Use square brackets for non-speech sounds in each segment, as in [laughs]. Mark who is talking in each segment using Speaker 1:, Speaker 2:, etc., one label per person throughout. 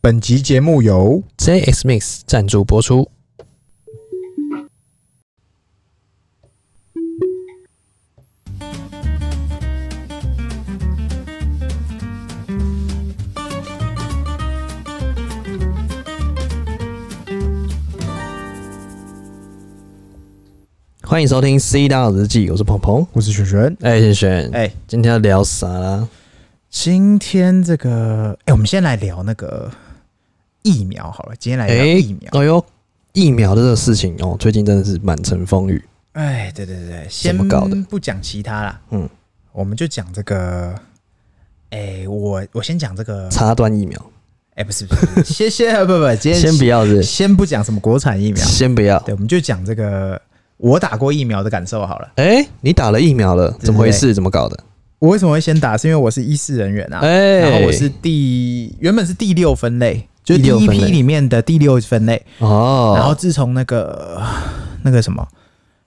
Speaker 1: 本集节目由
Speaker 2: JX Mix 赞助播出。欢迎收听《C 大佬日记》，我是鹏鹏。
Speaker 1: 我是璇璇。
Speaker 2: 哎、轩轩，
Speaker 1: 哎、
Speaker 2: 今天要聊啥啦？
Speaker 1: 今天这个，哎、我们先来聊那个疫苗好了。今天来
Speaker 2: 哎、
Speaker 1: 聊疫苗。
Speaker 2: 哎呦，疫苗这个事情哦，最近真的是满城风雨。
Speaker 1: 哎、对对对，先
Speaker 2: 怎么搞的
Speaker 1: 不讲其他啦，
Speaker 2: 嗯，
Speaker 1: 我们就讲这个。哎、我我先讲这个。
Speaker 2: 插端疫苗，
Speaker 1: 哎、不是不是，不是先先不不，今天
Speaker 2: 先不要是不是
Speaker 1: 先不讲什么国产疫苗，
Speaker 2: 先不要。
Speaker 1: 对，我们就讲这个我打过疫苗的感受好了。
Speaker 2: 哎、你打了疫苗了，
Speaker 1: 对
Speaker 2: 怎么回事？怎么搞的？
Speaker 1: 我为什么会先打？是因为我是医师人员啊，
Speaker 2: 哎
Speaker 1: 然后我是第原本是第六分类，就是第
Speaker 2: 第六
Speaker 1: 一
Speaker 2: 分类
Speaker 1: 批里面的第六分类。
Speaker 2: 哦，
Speaker 1: 然后自从那个那个什么。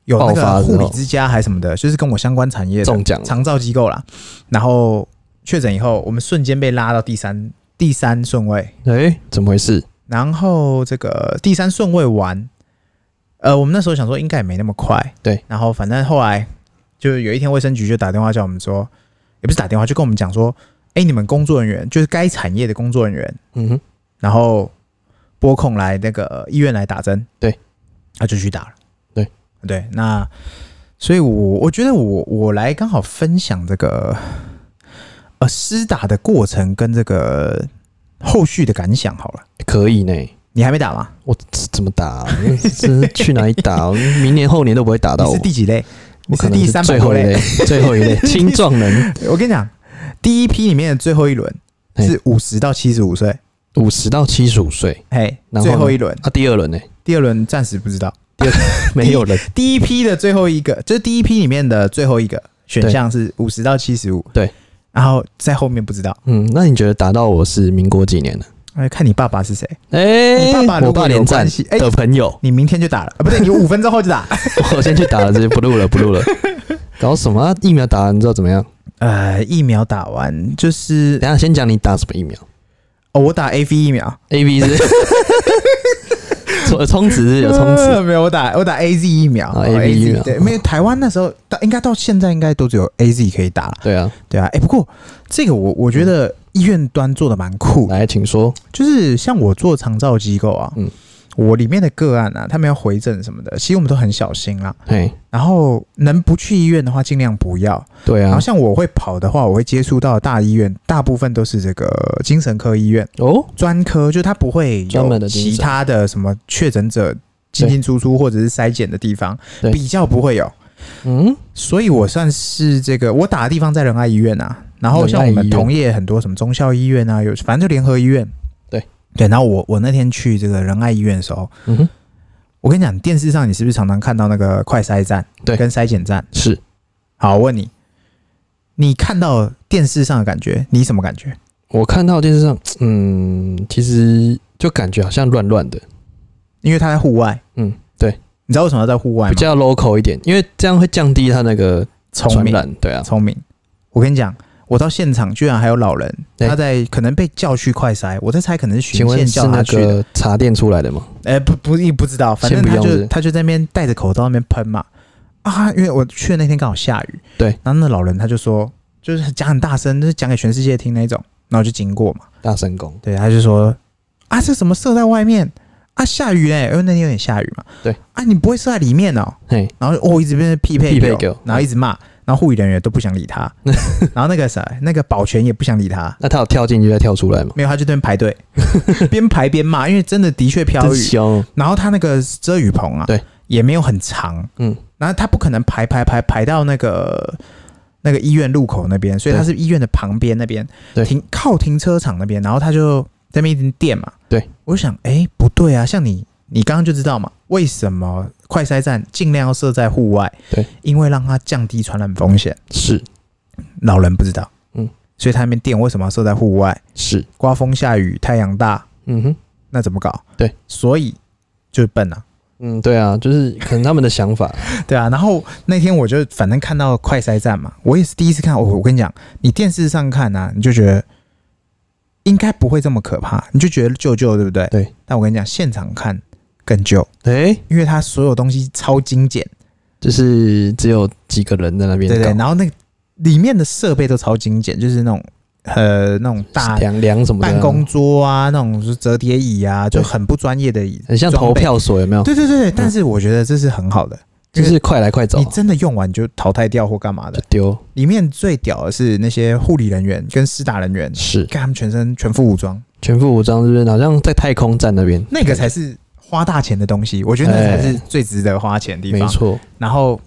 Speaker 1: 有那
Speaker 2: 爆发
Speaker 1: 个
Speaker 2: 之
Speaker 1: 护
Speaker 2: 后
Speaker 1: 理之家还是什么的，就是跟我相关产业
Speaker 2: 中
Speaker 1: 的
Speaker 2: 奖了
Speaker 1: 长照机构啦。然后确诊以后，我们瞬间被拉到第三第三顺位。
Speaker 2: 哎、怎么回事？
Speaker 1: 然后这个第三顺位完，呃，我们那时候想说应该也没那么快，
Speaker 2: 对。
Speaker 1: 然后反正后来就是有一天卫生局就打电话叫我们说，也不是打电话，就跟我们讲说，哎，你们工作人员就是该产业的工作人员，
Speaker 2: 嗯哼，
Speaker 1: 然后拨空来那个医院来打针，
Speaker 2: 对，
Speaker 1: 他就去打了，
Speaker 2: 对
Speaker 1: 对，那所以我，我觉得我我来刚好分享这个呃施打的过程跟这个后续的感想好了。
Speaker 2: 可以呢。
Speaker 1: 你还没打吗？
Speaker 2: 我这怎么打、这是去哪里打、明年后年都不会打到
Speaker 1: 你
Speaker 2: 我
Speaker 1: 是。第几类？
Speaker 2: 我
Speaker 1: 你
Speaker 2: 可
Speaker 1: 是
Speaker 2: 能
Speaker 1: 第
Speaker 2: 是
Speaker 1: 三百
Speaker 2: 最后
Speaker 1: 多
Speaker 2: 一类
Speaker 1: 类。，
Speaker 2: 最后一
Speaker 1: [laughs]
Speaker 2: 类青壮人，
Speaker 1: 我跟你讲，第一批里面的最后一轮
Speaker 2: 嘿
Speaker 1: 是五十到七十五岁，
Speaker 2: 五十到七十五岁。
Speaker 1: 嘿，
Speaker 2: 然后
Speaker 1: 最
Speaker 2: 呢
Speaker 1: 后一轮，
Speaker 2: 啊，第二轮呢？
Speaker 1: 第二轮暂时不知道。 [laughs]
Speaker 2: 没有人。
Speaker 1: 第一批的最后一个，就是第一批里面的最后一个选项是五十到七十五，
Speaker 2: 对，
Speaker 1: 然后在后面不知道，
Speaker 2: 嗯，那你觉得打到我是民国几年的？
Speaker 1: 哎，看你爸爸是谁，
Speaker 2: 哎、
Speaker 1: 你爸爸如
Speaker 2: 我
Speaker 1: 果
Speaker 2: 爸
Speaker 1: 有
Speaker 2: 连战
Speaker 1: 关系哎
Speaker 2: 的朋友，
Speaker 1: 你明天就打了，啊，不对，你五分钟后就打， [laughs]
Speaker 2: [laughs] 我先去打了，这就不录了，不录了。搞什么啊、疫苗打完之后怎么样？
Speaker 1: 呃，疫苗打完就是
Speaker 2: 等一下先讲你打什么疫苗
Speaker 1: 哦，我打 A V 疫苗，
Speaker 2: ，A B [laughs] 是充充值是有充值，
Speaker 1: 呃没有，我打我打 A Z 疫苗
Speaker 2: 啊
Speaker 1: 哦
Speaker 2: AZ 疫苗
Speaker 1: 对，没有台湾那时候到应该到现在应该都只有 A Z 可以打了，
Speaker 2: 对啊。
Speaker 1: 对啊，哎，不过这个我
Speaker 2: 嗯
Speaker 1: 我觉得医院端做的蛮酷的，
Speaker 2: 来，请说。
Speaker 1: 就是像我做长照机构啊，
Speaker 2: 嗯
Speaker 1: 我里面的个案啊，他们要回诊什么的，其实我们都很小心啦。
Speaker 2: 嘿，
Speaker 1: 然后能不去医院的话，尽量不要。
Speaker 2: 对
Speaker 1: 然
Speaker 2: 啊
Speaker 1: 后。像我会跑的话，我会接触到的大医院，大部分都是这个精神科医院
Speaker 2: 哦，
Speaker 1: 专科，就它不会
Speaker 2: 专门的
Speaker 1: 有
Speaker 2: 精神
Speaker 1: 其他的什么确诊者进进出出或者是筛检的地方，
Speaker 2: 对
Speaker 1: 比较不会有。
Speaker 2: 嗯，
Speaker 1: 所以我算是这个，我打的地方在仁爱医院啊，然后像我
Speaker 2: 仁爱
Speaker 1: 们
Speaker 2: 医院
Speaker 1: 同业很多什么中校医院啊，有反正就联合医院，
Speaker 2: 对
Speaker 1: 对。然后我我那天去这个仁爱医院的时候，
Speaker 2: 嗯哼，
Speaker 1: 我跟你讲，电视上你是不是常常看到那个快筛站，
Speaker 2: 对
Speaker 1: 跟筛检站？
Speaker 2: 是
Speaker 1: 好，我问你，你看到电视上的感觉，你什么感觉？
Speaker 2: 我看到电视上，嗯，其实就感觉好像乱乱的，
Speaker 1: 因为他在户外，
Speaker 2: 嗯，对，
Speaker 1: 你知道为什么要在户外
Speaker 2: 比
Speaker 1: 吗？
Speaker 2: 较 local 一点，因为这样会降低它那个
Speaker 1: 聪
Speaker 2: 传
Speaker 1: 明，
Speaker 2: 染，对啊，
Speaker 1: 聪明。我跟你讲，我到现场居然还有老人，
Speaker 2: 对
Speaker 1: 他在可能被叫去快筛，我在猜可能是
Speaker 2: 请
Speaker 1: 巡线
Speaker 2: 问是
Speaker 1: 叫他
Speaker 2: 那
Speaker 1: 去的。
Speaker 2: 个茶店出来的吗？
Speaker 1: 哎、不不一不知道，反正
Speaker 2: 先不
Speaker 1: 他
Speaker 2: 用是不
Speaker 1: 就是他就在那边戴着口罩那边喷嘛啊，因为我去的那天刚好下雨，
Speaker 2: 对，
Speaker 1: 然后那老人他就说，就是讲很大声，就是讲给全世界听那种，然后我就经过嘛，
Speaker 2: 大神宫，
Speaker 1: 对，他就说啊，这怎么射在外面啊？下雨哎、因为那天有点下雨嘛，
Speaker 2: 对
Speaker 1: 啊，你不会射在里面哦，
Speaker 2: 嘿，
Speaker 1: 然后哦一直变成匹配
Speaker 2: 匹配
Speaker 1: 狗
Speaker 2: 狗
Speaker 1: 然后一直骂，然后护理人员都不想理
Speaker 2: [laughs]
Speaker 1: 他，然后那个啥，那个保全也不想理他。
Speaker 2: 那他有跳进去再跳出来吗？
Speaker 1: 没有，他就在那边排
Speaker 2: [laughs]
Speaker 1: 队，边排边骂，因为真的的确飘
Speaker 2: 真
Speaker 1: 雨，
Speaker 2: 凶，
Speaker 1: 然后他那个遮雨棚啊，
Speaker 2: 对，
Speaker 1: 也没有很长，
Speaker 2: 嗯，
Speaker 1: 然后他不可能排排排排到那个那个医院路口那边，所以
Speaker 2: 对
Speaker 1: 他是医院的旁边那边，
Speaker 2: 对
Speaker 1: 停靠停车场那边，然后他就在那边一直垫嘛，
Speaker 2: 对，
Speaker 1: 我就想，哎，不对啊，像你你刚刚就知道嘛，为什么快筛站尽量要设在户外？
Speaker 2: 对，
Speaker 1: 因为让它降低传染风险，
Speaker 2: 是
Speaker 1: 老人不知道，
Speaker 2: 嗯，
Speaker 1: 所以他那边垫为什么要设在户外？
Speaker 2: 是，
Speaker 1: 刮风下雨，太阳大，
Speaker 2: 嗯哼，
Speaker 1: 那怎么搞？
Speaker 2: 对，
Speaker 1: 所以就是笨啊。
Speaker 2: 嗯，对啊，就是可能他们的
Speaker 1: [laughs]
Speaker 2: 想法，
Speaker 1: 对啊，然后那天我就反正看到快筛站嘛，我也是第一次看。我我跟你讲，你电视上看啊，你就觉得应该不会这么可怕，你就觉得旧旧，对不对？
Speaker 2: 对。
Speaker 1: 但我跟你讲，现场看更旧，
Speaker 2: 哎、
Speaker 1: 因为它所有东西超精简，
Speaker 2: 就是只有几个人在那边
Speaker 1: 对对。
Speaker 2: 搞
Speaker 1: 然后那个里面的设备都超精简，就是那种呃那种大
Speaker 2: 量量什么的啊
Speaker 1: 办公桌啊，那种是折叠椅啊，就
Speaker 2: 对
Speaker 1: 很不专业的椅，啊
Speaker 2: 很像投。票所有没有？
Speaker 1: 对对对对，但是我觉得这是很好的，
Speaker 2: 就是快来快走啊
Speaker 1: 你，真的用完就淘汰掉或干嘛
Speaker 2: 就
Speaker 1: 的。
Speaker 2: 丢
Speaker 1: 里面最屌的是那些护理人员跟施打人员，
Speaker 2: 是
Speaker 1: 看他们全身全副武装，
Speaker 2: 全副武装，是不是？好像在太空站那边，
Speaker 1: 那个才是花大钱的东西。我觉得那才是最值得花钱的地
Speaker 2: 没
Speaker 1: 方。
Speaker 2: 错，
Speaker 1: 然后，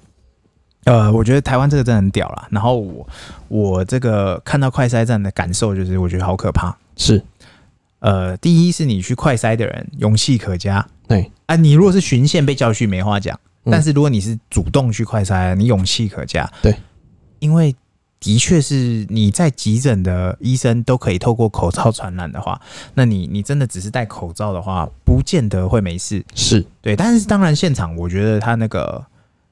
Speaker 1: 呃，我觉得台湾这个真的很屌啦。然后我我这个看到快筛站的感受就是，我觉得好可怕。
Speaker 2: 是
Speaker 1: 呃，第一是你去快筛的人勇气可嘉，
Speaker 2: 对
Speaker 1: 啊，你如果是循线被教训没话讲，
Speaker 2: 嗯
Speaker 1: 但是如果你是主动去快筛，你勇气可嘉，
Speaker 2: 对，
Speaker 1: 因为的确是你在急诊的医生都可以透过口罩传染的话，那你你真的只是戴口罩的话，不见得会没事，
Speaker 2: 是，
Speaker 1: 对，但是当然现场我觉得他那个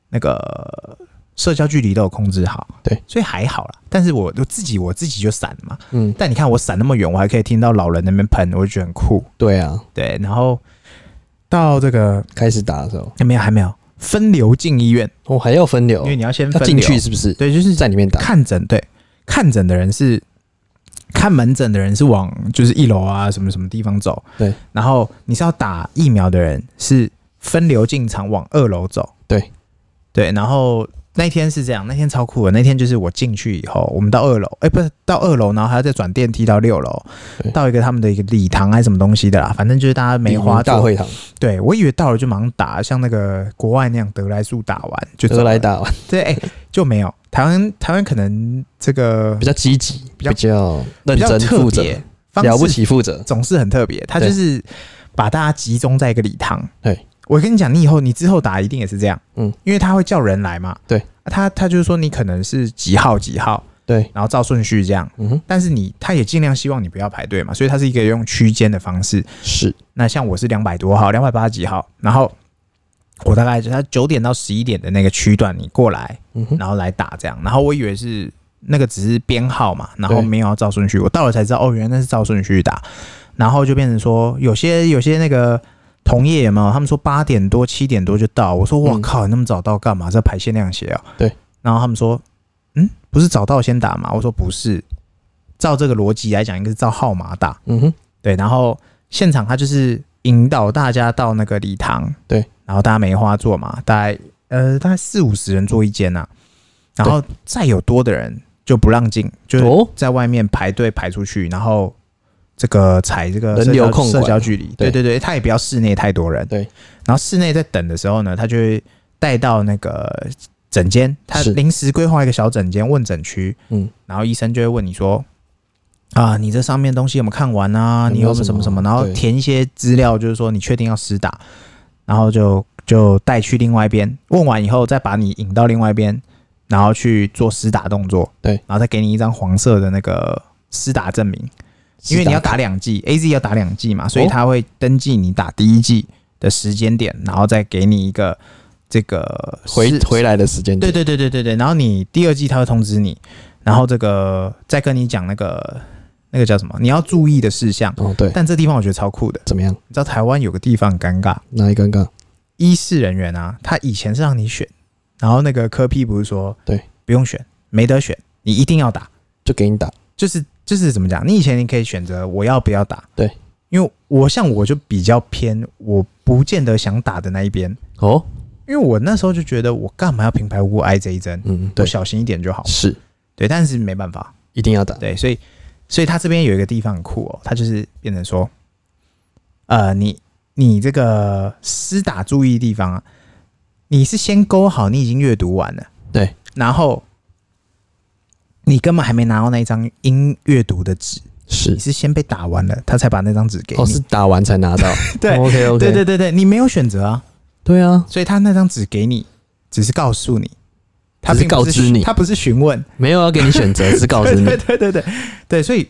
Speaker 1: 那个社交距离都有控制好，
Speaker 2: 对，
Speaker 1: 所以还好啦。但是我就自己我自己就闪了嘛，
Speaker 2: 嗯，
Speaker 1: 但你看我闪那么远，我还可以听到老人那边喷，我就觉得很酷。
Speaker 2: 对啊，
Speaker 1: 对，然后到这个
Speaker 2: 开始打的时候，
Speaker 1: 没有还没有分流进医院，
Speaker 2: 我、还要分流
Speaker 1: 因，为你要先
Speaker 2: 哦要
Speaker 1: 分流
Speaker 2: 进去，是不是？
Speaker 1: 对，就是
Speaker 2: 在里面打，
Speaker 1: 看诊，对，看诊的人是看门诊的人是往就是一楼啊什么什么地方走，
Speaker 2: 对，
Speaker 1: 然后你是要打疫苗的人是分流进场往二楼走，
Speaker 2: 对，
Speaker 1: 对，然后那天是这样，那天超酷的，那天就是我进去以后，我们到二楼，哎、不是到二楼，然后还要再转电梯到六楼
Speaker 2: 对，
Speaker 1: 到一个他们的一个礼堂还是什么东西的啦，反正就是大家梅花
Speaker 2: 大
Speaker 1: 座，
Speaker 2: 会堂，
Speaker 1: 对我以为到了就马上打，像那个国外那样德莱速打完就走
Speaker 2: 德来
Speaker 1: 了
Speaker 2: 打完
Speaker 1: 对，哎、就没有台湾，台湾可能这个
Speaker 2: 比较积极，
Speaker 1: 比较
Speaker 2: 比较认
Speaker 1: 比较
Speaker 2: 真
Speaker 1: 特
Speaker 2: 负责，
Speaker 1: 别，方式
Speaker 2: 了不起负责，
Speaker 1: 总是很特别，他就是把大家集中在一个礼堂。
Speaker 2: 对，
Speaker 1: 我跟你讲，你以后你之后打一定也是这样，
Speaker 2: 嗯，
Speaker 1: 因为他会叫人来嘛，
Speaker 2: 对
Speaker 1: 啊他他就是说你可能是几号几号，
Speaker 2: 对，
Speaker 1: 然后照顺序这样，
Speaker 2: 嗯哼，
Speaker 1: 但是你他也尽量希望你不要排队嘛，所以他是一个用区间的方式。
Speaker 2: 是
Speaker 1: 那像我是两百多号，两百八十几号，然后我大概就他九点到十一点的那个区段，你过来，
Speaker 2: 嗯哼
Speaker 1: 然后来打这样。然后我以为是那个只是编号嘛，然后
Speaker 2: 对
Speaker 1: 没有要照顺序。我到了才知道，哦，原来那是照顺序打。然后就变成说，有些有些那个同业有没有？他们说八点多、七点多就到。我说，我
Speaker 2: 嗯
Speaker 1: 靠，你那么早到干嘛？在排限量鞋啊？
Speaker 2: 对。
Speaker 1: 然后他们说，嗯，不是早到先打嘛？我说不是，照这个逻辑来讲，应该是照号码打。
Speaker 2: 嗯哼，
Speaker 1: 对，然后现场他就是引导大家到那个礼堂，
Speaker 2: 对，
Speaker 1: 然后大家梅花座嘛，大概呃大概四五十人坐一间呐、啊然后再有多的人就不让进，就是
Speaker 2: 哦，
Speaker 1: 在外面排队排出去，然后这个踩这个
Speaker 2: 人
Speaker 1: 社
Speaker 2: 流
Speaker 1: 交
Speaker 2: 控
Speaker 1: 社
Speaker 2: 管
Speaker 1: 交距离，对
Speaker 2: 对
Speaker 1: 对对，他也不要室内太多人，
Speaker 2: 对，
Speaker 1: 然后室内在等的时候呢，他就会带到那个诊间，他
Speaker 2: 是
Speaker 1: 临时规划一个小诊间问诊区，
Speaker 2: 嗯，
Speaker 1: 然后医生就会问你说。啊，你这上面东西有没有看完啊？
Speaker 2: 有没
Speaker 1: 你
Speaker 2: 有
Speaker 1: 有没有什么什么？
Speaker 2: 什么
Speaker 1: 然后
Speaker 2: 对
Speaker 1: 填一些资料，就是说你确定要实打，然后就就带去另外一边，问完以后再把你引到另外一边，然后去做实打动作。
Speaker 2: 对
Speaker 1: 然后再给你一张黄色的那个实打证明，因为你要打两剂，A Z 要打两剂嘛，
Speaker 2: 哦
Speaker 1: 所以他会登记你打第一剂的时间点，然后再给你一个这个
Speaker 2: 回
Speaker 1: 是
Speaker 2: 回来的时间
Speaker 1: 对对
Speaker 2: 点，
Speaker 1: 对对对对，然后你第二季他会通知你，然后这个再跟你讲那个那个叫什么你要注意的事项。
Speaker 2: 哦对，
Speaker 1: 但这地方我觉得超酷的，
Speaker 2: 怎么样？
Speaker 1: 你知道台湾有个地方很尴尬，
Speaker 2: 哪一尴尬？
Speaker 1: 医事人员啊，他以前是让你选，然后那个科 P 不是说
Speaker 2: 对
Speaker 1: 不用选，没得选，你一定要打，
Speaker 2: 就给你打，
Speaker 1: 就是就是怎么讲，你以前你可以选择我要不要打，
Speaker 2: 对，
Speaker 1: 因为我像我就比较偏，我不见得想打的那一边，
Speaker 2: 哦，
Speaker 1: 因为我那时候就觉得我干嘛要平白无故挨这一针，
Speaker 2: 嗯，
Speaker 1: 我
Speaker 2: 对，
Speaker 1: 小心一点就好，
Speaker 2: 是
Speaker 1: 对，但是没办法，
Speaker 2: 一定要打，
Speaker 1: 对，所以所以他这边有一个地方很酷哦，他就是变成说，呃，你你这个施打注意地方啊，你是先勾好你已经阅读完了，
Speaker 2: 对，
Speaker 1: 然后你根本还没拿到那一张应阅读的纸。
Speaker 2: 是
Speaker 1: 你是先被打完了，他才把那张纸给你。。
Speaker 2: 哦，是打完才拿到
Speaker 1: [laughs] 对
Speaker 2: ，OK OK，
Speaker 1: 对对对对，你没有选择啊，
Speaker 2: 对啊，
Speaker 1: 所以他那张纸给你，只是告诉你，他
Speaker 2: 只是
Speaker 1: 并不
Speaker 2: 告知
Speaker 1: 询
Speaker 2: 你
Speaker 1: 他不是询问，
Speaker 2: 没有要给你
Speaker 1: [laughs]
Speaker 2: 选择，是告诉你
Speaker 1: 对对对对对，所以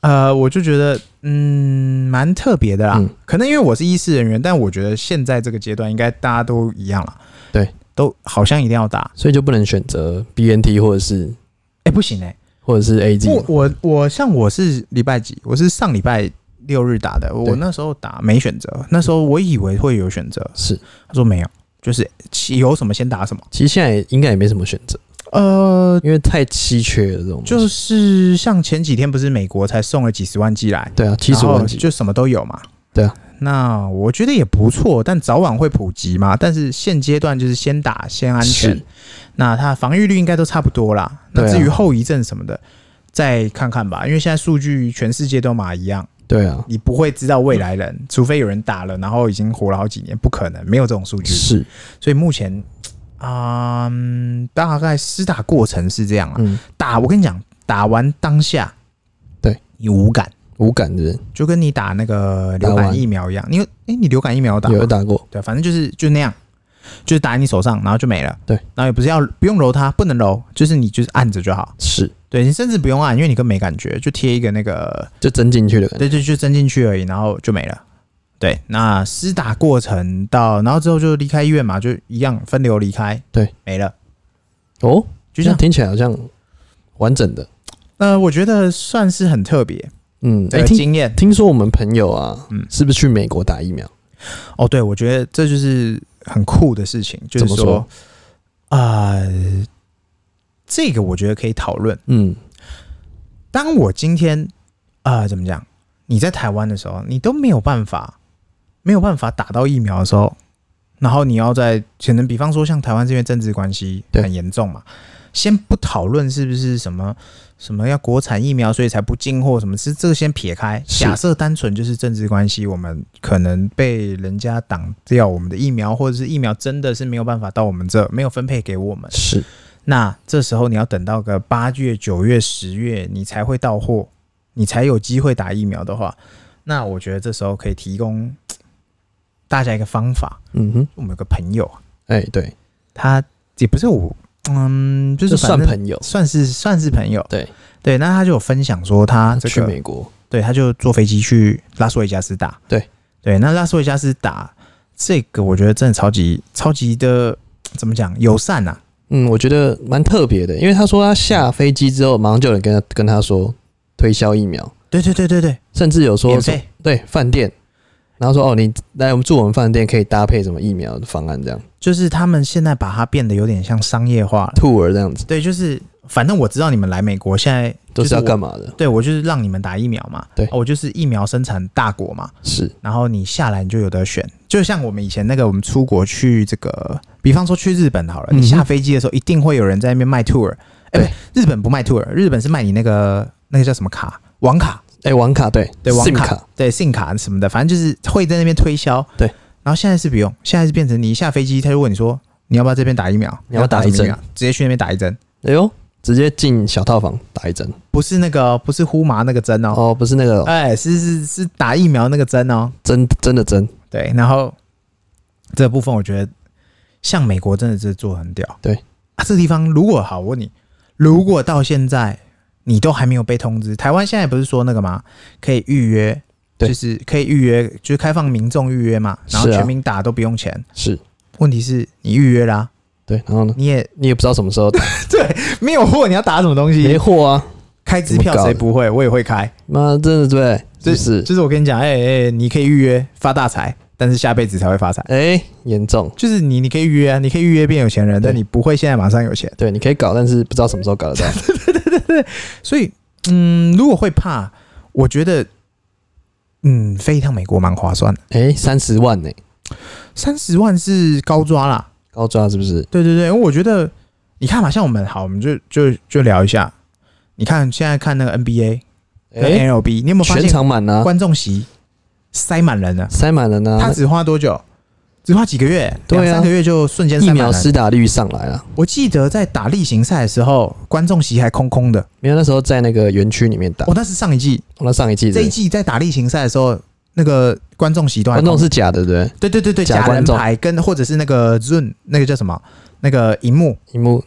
Speaker 1: 呃，我就觉得嗯，蛮特别的啦。
Speaker 2: 嗯
Speaker 1: 可能因为我是医师人员，但我觉得现在这个阶段应该大家都一样了，
Speaker 2: 对，
Speaker 1: 都好像一定要打。
Speaker 2: 所以就不能选择 BNT 或者是
Speaker 1: 哎、不行哎、
Speaker 2: 或者是 A Z
Speaker 1: 不，我我像我是礼拜几？我是上礼拜六日打的。我那时候打没选择，那时候我以为会有选择，
Speaker 2: 是，
Speaker 1: 他说没有，就是起有什么先打什么。
Speaker 2: 其实现在也应该也没什么选择，
Speaker 1: 呃，
Speaker 2: 因为太稀缺了这种东西，
Speaker 1: 就是像前几天不是美国才送了几十万剂来，
Speaker 2: 对啊，七十
Speaker 1: 然后
Speaker 2: 万级，
Speaker 1: 就什么都有嘛。
Speaker 2: 对啊，
Speaker 1: 那我觉得也不错，但早晚会普及嘛。但是现阶段就是先打先安全
Speaker 2: 是，
Speaker 1: 那它防御率应该都差不多啦。那
Speaker 2: 对啊
Speaker 1: 至于后遗症什么的，再看看吧，因为现在数据全世界都嘛一样，
Speaker 2: 对啊，
Speaker 1: 你不会知道未来
Speaker 2: 嗯
Speaker 1: 人，除非有人打了，然后已经活了好几年，不可能没有这种数据。
Speaker 2: 是，
Speaker 1: 所以目前，啊、嗯大概施打过程是这样啊。
Speaker 2: 嗯，
Speaker 1: 打我跟你讲，打完当下，
Speaker 2: 对
Speaker 1: 你无感。
Speaker 2: 无感的人
Speaker 1: 就跟你打那个流
Speaker 2: 打
Speaker 1: 感
Speaker 2: 完
Speaker 1: 疫苗一样，你有哎、你流感疫苗有打吗
Speaker 2: 有打过，
Speaker 1: 对，反正就是就那样，就是打在你手上，然后就没了。
Speaker 2: 对，
Speaker 1: 然后也不是要不用揉它，不能揉，就是你就是按着就好。
Speaker 2: 是，
Speaker 1: 对你甚至不用按，因为你根本没感觉，就贴一个那个，
Speaker 2: 就针进去的感觉，
Speaker 1: 对，就就针进去而已，然后就没了。对，那施打过程到，然后之后就离开医院嘛，就一样分流离开，
Speaker 2: 对，
Speaker 1: 没了，
Speaker 2: 哦，
Speaker 1: 就这样
Speaker 2: 那。听起来好像完整的，
Speaker 1: 呃，我觉得算是很特别
Speaker 2: 嗯，哎、
Speaker 1: 的
Speaker 2: 听
Speaker 1: 经验。
Speaker 2: 听说我们朋友啊，
Speaker 1: 嗯
Speaker 2: 是不是去美国打疫苗？
Speaker 1: 哦，对，我觉得这就是很酷的事情，就
Speaker 2: 怎
Speaker 1: 是
Speaker 2: 么
Speaker 1: 说，呃，这个我觉得可以讨论。
Speaker 2: 嗯，
Speaker 1: 当我今天呃怎么讲，你在台湾的时候，你都没有办法，没有办法打到疫苗的时候，然后你要在可能比方说像台湾这边政治关系
Speaker 2: 对
Speaker 1: 很严重嘛，先不讨论是不是什么什么要国产疫苗，所以才不进货什么，是这个先撇开。
Speaker 2: 是
Speaker 1: 假设单纯就是政治关系，我们可能被人家挡掉我们的疫苗，或者是疫苗真的是没有办法到我们这，没有分配给我们。
Speaker 2: 是，
Speaker 1: 那这时候你要等到个八月、九月、十月，你才会到货，你才有机会打疫苗的话，那我觉得这时候可以提供嘖大家一个方法。
Speaker 2: 嗯哼，
Speaker 1: 我们有个朋友啊，
Speaker 2: 哎、对，
Speaker 1: 他也不是我，嗯，就
Speaker 2: 这
Speaker 1: 是
Speaker 2: 算
Speaker 1: 反正
Speaker 2: 朋友，
Speaker 1: 算是算是朋友，
Speaker 2: 对
Speaker 1: 对。那他就有分享说他啊这
Speaker 2: 去
Speaker 1: 个
Speaker 2: 美国，
Speaker 1: 对，他就坐飞机去拉斯维加斯打。
Speaker 2: 对
Speaker 1: 对，那拉斯维加斯打这个，我觉得真的超级超级的嘖怎么讲友善呐、啊。
Speaker 2: 嗯，我觉得蛮特别的，因为他说他下飞机之后，马上就有人跟他跟他说推销疫苗，
Speaker 1: 对对对对对，
Speaker 2: 甚至有说
Speaker 1: 免费。
Speaker 2: 对饭店，然后说哦，你来我们住我们饭店可以搭配什么疫苗的方案这样
Speaker 1: 就是他们现在把它变得有点像商业化了。
Speaker 2: ，tour 这样子
Speaker 1: 对，就是反正我知道你们来美国现在
Speaker 2: 都是要
Speaker 1: 就是我
Speaker 2: 干嘛的？
Speaker 1: 对我就是让你们打疫苗嘛，
Speaker 2: 对
Speaker 1: 啊我就是疫苗生产大国嘛，
Speaker 2: 是，
Speaker 1: 然后你下来你就有得选，就像我们以前那个我们出国去这个，比方说去日本好了，
Speaker 2: 嗯哼
Speaker 1: 你下飞机的时候一定会有人在那边卖 tour，哎、
Speaker 2: 对
Speaker 1: 不日本不卖 tour，日本是卖你那个那个叫什么卡，网卡，
Speaker 2: 哎、网卡对
Speaker 1: 对网
Speaker 2: SIM
Speaker 1: 卡
Speaker 2: 卡
Speaker 1: 对信卡什么的，反正就是会在那边推销。
Speaker 2: 对，
Speaker 1: 然后现在是不用，现在是变成你一下飞机，他就问你说你要不要这边打疫苗，
Speaker 2: 你要打
Speaker 1: 什么
Speaker 2: 一针
Speaker 1: 疫苗，直接去那边打一针，
Speaker 2: 哎呦，直接进小套房打一针
Speaker 1: 不是那个哦不是呼麻那个针哦，
Speaker 2: 哦，不是那个
Speaker 1: 哎、是是是打疫苗那个针哦。
Speaker 2: 真真的针，
Speaker 1: 对，然后这部分我觉得像美国真的是做得很屌。
Speaker 2: 对
Speaker 1: 啊，这地方如果好，我问你，如果到现在你都还没有被通知，台湾现在不是说那个吗？可以预约。
Speaker 2: 对
Speaker 1: 就是可以预约，就是开放民众预约嘛，然后
Speaker 2: 是啊
Speaker 1: 全民打都不用钱。
Speaker 2: 是
Speaker 1: 问题是你预约啦、
Speaker 2: 对，然后呢，
Speaker 1: 你也
Speaker 2: 你也不知道什么
Speaker 1: [laughs]
Speaker 2: 时候
Speaker 1: 没有货，你要打什么东
Speaker 2: 没
Speaker 1: 西？
Speaker 2: 货啊，
Speaker 1: 开支票谁不会？我也会开。
Speaker 2: 妈真的对，
Speaker 1: 这
Speaker 2: 就是
Speaker 1: 就是我跟你讲，哎、哎、你可以预约发大财，但是下辈子才会发财。
Speaker 2: 哎严、重，
Speaker 1: 就是你，你可以预约啊，你可以预约变有钱人，
Speaker 2: 对
Speaker 1: 但你不会现在马上有钱。
Speaker 2: 对，你可以搞，但是不知道什么时候搞得
Speaker 1: [laughs]
Speaker 2: 到，
Speaker 1: 所以，嗯，如果会怕，我觉得，嗯，飞一趟美国蛮划算的，
Speaker 2: 哎三十万呢、
Speaker 1: 三十万是高抓啦。
Speaker 2: 高抓是不是？
Speaker 1: 对对对，因为我觉得，你看嘛，像我们好，我们就就就聊一下。你看现在看那个 NBA
Speaker 2: 哎、
Speaker 1: 跟 LB，、你有没有发
Speaker 2: 全
Speaker 1: 现
Speaker 2: 场满啊，
Speaker 1: 观众席塞满人了？
Speaker 2: 塞满了呢，
Speaker 1: 他只花多久？只花几个月，
Speaker 2: 对啊
Speaker 1: 两三个月就瞬间
Speaker 2: 疫
Speaker 1: 塞满
Speaker 2: 苗
Speaker 1: 了。
Speaker 2: 施打率上来了。
Speaker 1: 我记得在打例行赛的时候，观众席还空空的。
Speaker 2: 没有，那时候在那个园区里面打
Speaker 1: 哦，。那是上一季，
Speaker 2: 那上一季
Speaker 1: 这
Speaker 2: 的
Speaker 1: 一季在打例行赛的时候，那个观众席都还
Speaker 2: 观
Speaker 1: 空
Speaker 2: 众是假的，对不对？
Speaker 1: 对对对对
Speaker 2: 假
Speaker 1: 假
Speaker 2: 观
Speaker 1: 人
Speaker 2: 众
Speaker 1: 牌跟或者是那个 Zoom 那个叫什么那个荧幕
Speaker 2: 荧幕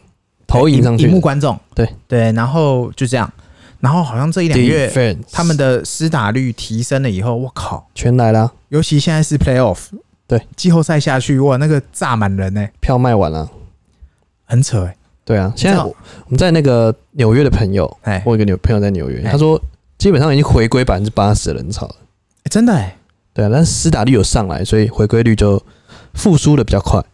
Speaker 2: 投影上
Speaker 1: 哎
Speaker 2: 去
Speaker 1: 荧
Speaker 2: 的，
Speaker 1: 幕观众
Speaker 2: 对
Speaker 1: 对，然后就这样，然后好像这一两个月
Speaker 2: Defense
Speaker 1: 他们的施打率提升了以后，我靠，
Speaker 2: 全来啦，
Speaker 1: 尤其现在是 Playoff，
Speaker 2: 对
Speaker 1: 季后赛下去哇，那个炸满人呢、欸
Speaker 2: 票卖完了，
Speaker 1: 很扯哎、
Speaker 2: 对啊，现在
Speaker 1: 知道
Speaker 2: 我我们在那个纽约的朋友，
Speaker 1: 哎、
Speaker 2: 我有一个纽朋友在纽约，
Speaker 1: 哎
Speaker 2: 他说基本上已经回归百分之八十的人潮了。
Speaker 1: 哎真的哎、
Speaker 2: 对啊，但是施打率有上来，所以回归率就复苏的比较快。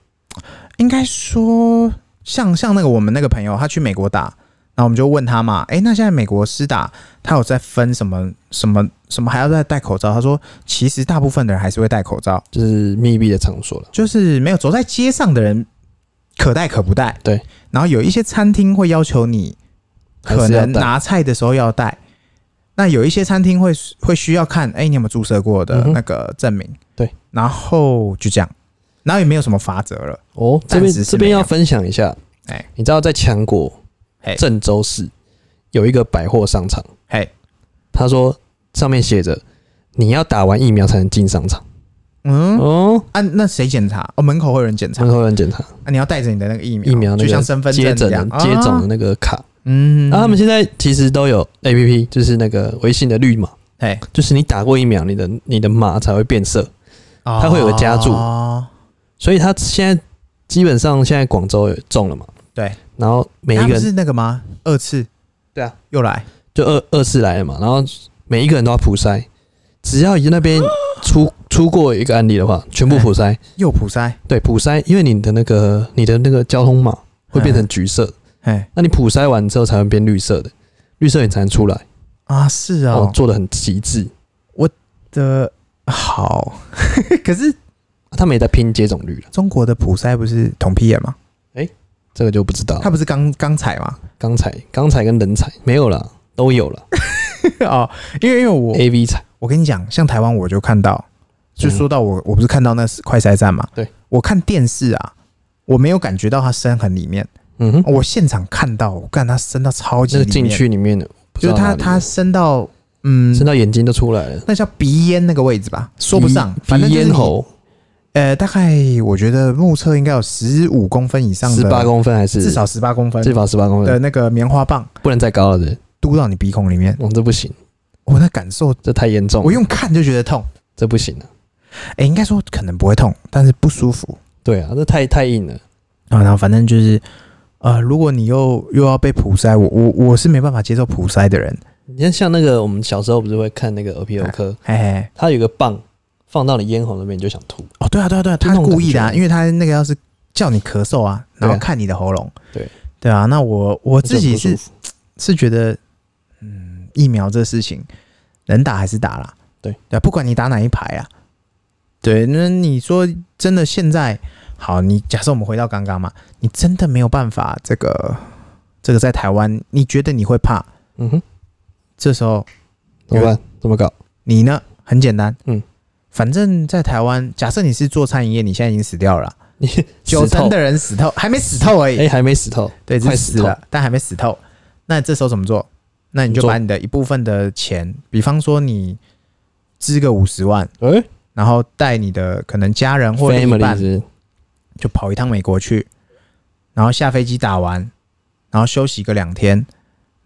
Speaker 1: 应该说，像像那个我们那个朋友，他去美国打，然后我们就问他嘛，诶，那现在美国施打，他有在分什么什么什么还要再戴口罩？他说，其实大部分的人还是会戴口罩，
Speaker 2: 就是密闭的场所了。
Speaker 1: 就是没有走在街上的人可戴可不戴。
Speaker 2: 对，
Speaker 1: 然后有一些餐厅会要求你
Speaker 2: 还是要
Speaker 1: 可能
Speaker 2: 戴
Speaker 1: 拿菜的时候要戴，那有一些餐厅会会需要看，诶，你有没有注射过
Speaker 2: 嗯
Speaker 1: 的
Speaker 2: 哼
Speaker 1: 那个证明？
Speaker 2: 对，
Speaker 1: 然后就这样，然后也没有什么法则了。
Speaker 2: 哦，这
Speaker 1: 暂
Speaker 2: 边
Speaker 1: 时是
Speaker 2: 这边
Speaker 1: 没有
Speaker 2: 要分享一下，
Speaker 1: 哎
Speaker 2: 你知道在强国
Speaker 1: 嘿
Speaker 2: 郑州市有一个百货商场，
Speaker 1: 嘿，
Speaker 2: 他说上面写着你要打完疫苗才能进商场。
Speaker 1: 嗯。
Speaker 2: 哦，
Speaker 1: 啊，那谁检查？哦，门口会有人检查
Speaker 2: 门。口有人检查
Speaker 1: 啊，你要带着你的那个疫苗，
Speaker 2: 疫苗那个
Speaker 1: 就像身份证
Speaker 2: 接诊
Speaker 1: 一
Speaker 2: 的
Speaker 1: 样，
Speaker 2: 接种的
Speaker 1: 啊
Speaker 2: 那个卡，啊
Speaker 1: 嗯，
Speaker 2: 然后他们现在其实都有 A P P，就是那个微信的绿码，
Speaker 1: 哎，
Speaker 2: 就是你打过疫苗，你的你的码才会变色，
Speaker 1: 它
Speaker 2: 会有个加注
Speaker 1: 哦，
Speaker 2: 所以他现在基本上现在广州有中了嘛，
Speaker 1: 对，
Speaker 2: 然后每一
Speaker 1: 他
Speaker 2: 个
Speaker 1: 们
Speaker 2: 人
Speaker 1: 是那个吗？二次，
Speaker 2: 对啊，
Speaker 1: 又来，
Speaker 2: 就二二次来了嘛，然后每一个人都要普筛，只要那边
Speaker 1: 啊
Speaker 2: 出出过一个案例的话，全部普筛，
Speaker 1: 又普筛，
Speaker 2: 对，普筛，因为你的那个你的那个交通码会变成橘色，
Speaker 1: 哎
Speaker 2: 那你普筛完之后才会变绿色的，绿色你才能出来，
Speaker 1: 啊，是
Speaker 2: 哦
Speaker 1: 哦，
Speaker 2: 做的很极致，
Speaker 1: 的好， [laughs] 可是
Speaker 2: 啊他们也在拼接种率了，
Speaker 1: 中国的普筛不是同批眼吗？
Speaker 2: 这个就不知道了
Speaker 1: 它，不是刚刚采吗？ [laughs]
Speaker 2: 钢材、钢材跟人才没有了，都有了
Speaker 1: 哦，因为因为我
Speaker 2: ，A V 材，
Speaker 1: 我跟你讲，像台湾我就看到，就说到我我不是看到那快筛站嘛，
Speaker 2: 嗯对，
Speaker 1: 我看电视啊，我没有感觉到它深很里面。
Speaker 2: 嗯哼，
Speaker 1: 哦我现场看到，我干他伸到超级
Speaker 2: 那
Speaker 1: 里
Speaker 2: 个
Speaker 1: 面，
Speaker 2: 禁区里面的，不知
Speaker 1: 就是
Speaker 2: 道
Speaker 1: 他
Speaker 2: 哪里
Speaker 1: 他伸到嗯，
Speaker 2: 伸到眼睛都出来了，
Speaker 1: 那叫鼻咽那个位置吧，说不上
Speaker 2: 鼻，
Speaker 1: 反正
Speaker 2: 鼻
Speaker 1: 就是
Speaker 2: 咽
Speaker 1: 你，
Speaker 2: 喉
Speaker 1: 呃，大概我觉得目测应该有十五公分以上的，
Speaker 2: 十八公分还是
Speaker 1: 至少十八公分
Speaker 2: 至少十八公
Speaker 1: 的
Speaker 2: 分，
Speaker 1: 那个棉花棒
Speaker 2: 不能再高了，这
Speaker 1: 嘟到你鼻孔里面，
Speaker 2: 我这不行，
Speaker 1: 我那感受，
Speaker 2: 这太严重了，
Speaker 1: 我用看就觉得痛，
Speaker 2: 这不行了，
Speaker 1: 哎、应该说可能不会痛，但是不舒服
Speaker 2: 对啊，这太太硬了，
Speaker 1: 啊。然后反正就是，呃，如果你又又要被普筛，我我我是没办法接受普筛的人，
Speaker 2: 你看像那个我们小时候不是会看那个耳鼻喉科，
Speaker 1: 嘿嘿。
Speaker 2: 它有一个棒放到你咽喉那边你就想吐，
Speaker 1: 哦，对啊，对啊，对啊，
Speaker 2: 就
Speaker 1: 他
Speaker 2: 那
Speaker 1: 是
Speaker 2: 种
Speaker 1: 故意的、
Speaker 2: 感
Speaker 1: 啊，
Speaker 2: 觉
Speaker 1: 因为他那个要是叫你咳嗽啊，然后看你的喉咙，
Speaker 2: 对
Speaker 1: 对啊，那我我自己
Speaker 2: 这很
Speaker 1: 是
Speaker 2: 不舒服
Speaker 1: 是觉得，嗯，疫苗这事情能打还是打啦，
Speaker 2: 对
Speaker 1: 对啊、不管你打哪一排啊，对，那你说真的现在好，你假设我们回到刚刚嘛，你真的没有办法这个这个在台湾，你觉得你会怕？
Speaker 2: 嗯哼，
Speaker 1: 这时候
Speaker 2: 怎么办？怎么搞？
Speaker 1: 你呢？很简单，
Speaker 2: 嗯，
Speaker 1: 反正在台湾，假设你是做餐饮业，你现在已经死掉了啦。啊
Speaker 2: 你
Speaker 1: 九
Speaker 2: [laughs] 死透
Speaker 1: 成的人死透，还没死透而已。
Speaker 2: 哎还没死透，
Speaker 1: 对，只
Speaker 2: 快
Speaker 1: 是
Speaker 2: 死
Speaker 1: 死
Speaker 2: 透
Speaker 1: 了，但还没死透。那这时候怎么做？那你就
Speaker 2: 怎么做
Speaker 1: 把你的一部分的钱，比方说你支个五十万，
Speaker 2: 哎
Speaker 1: 然后带你的可能家人或另一
Speaker 2: ，family
Speaker 1: 半，
Speaker 2: 是
Speaker 1: 就跑一趟美国去，然后下飞机打完，然后休息个两天，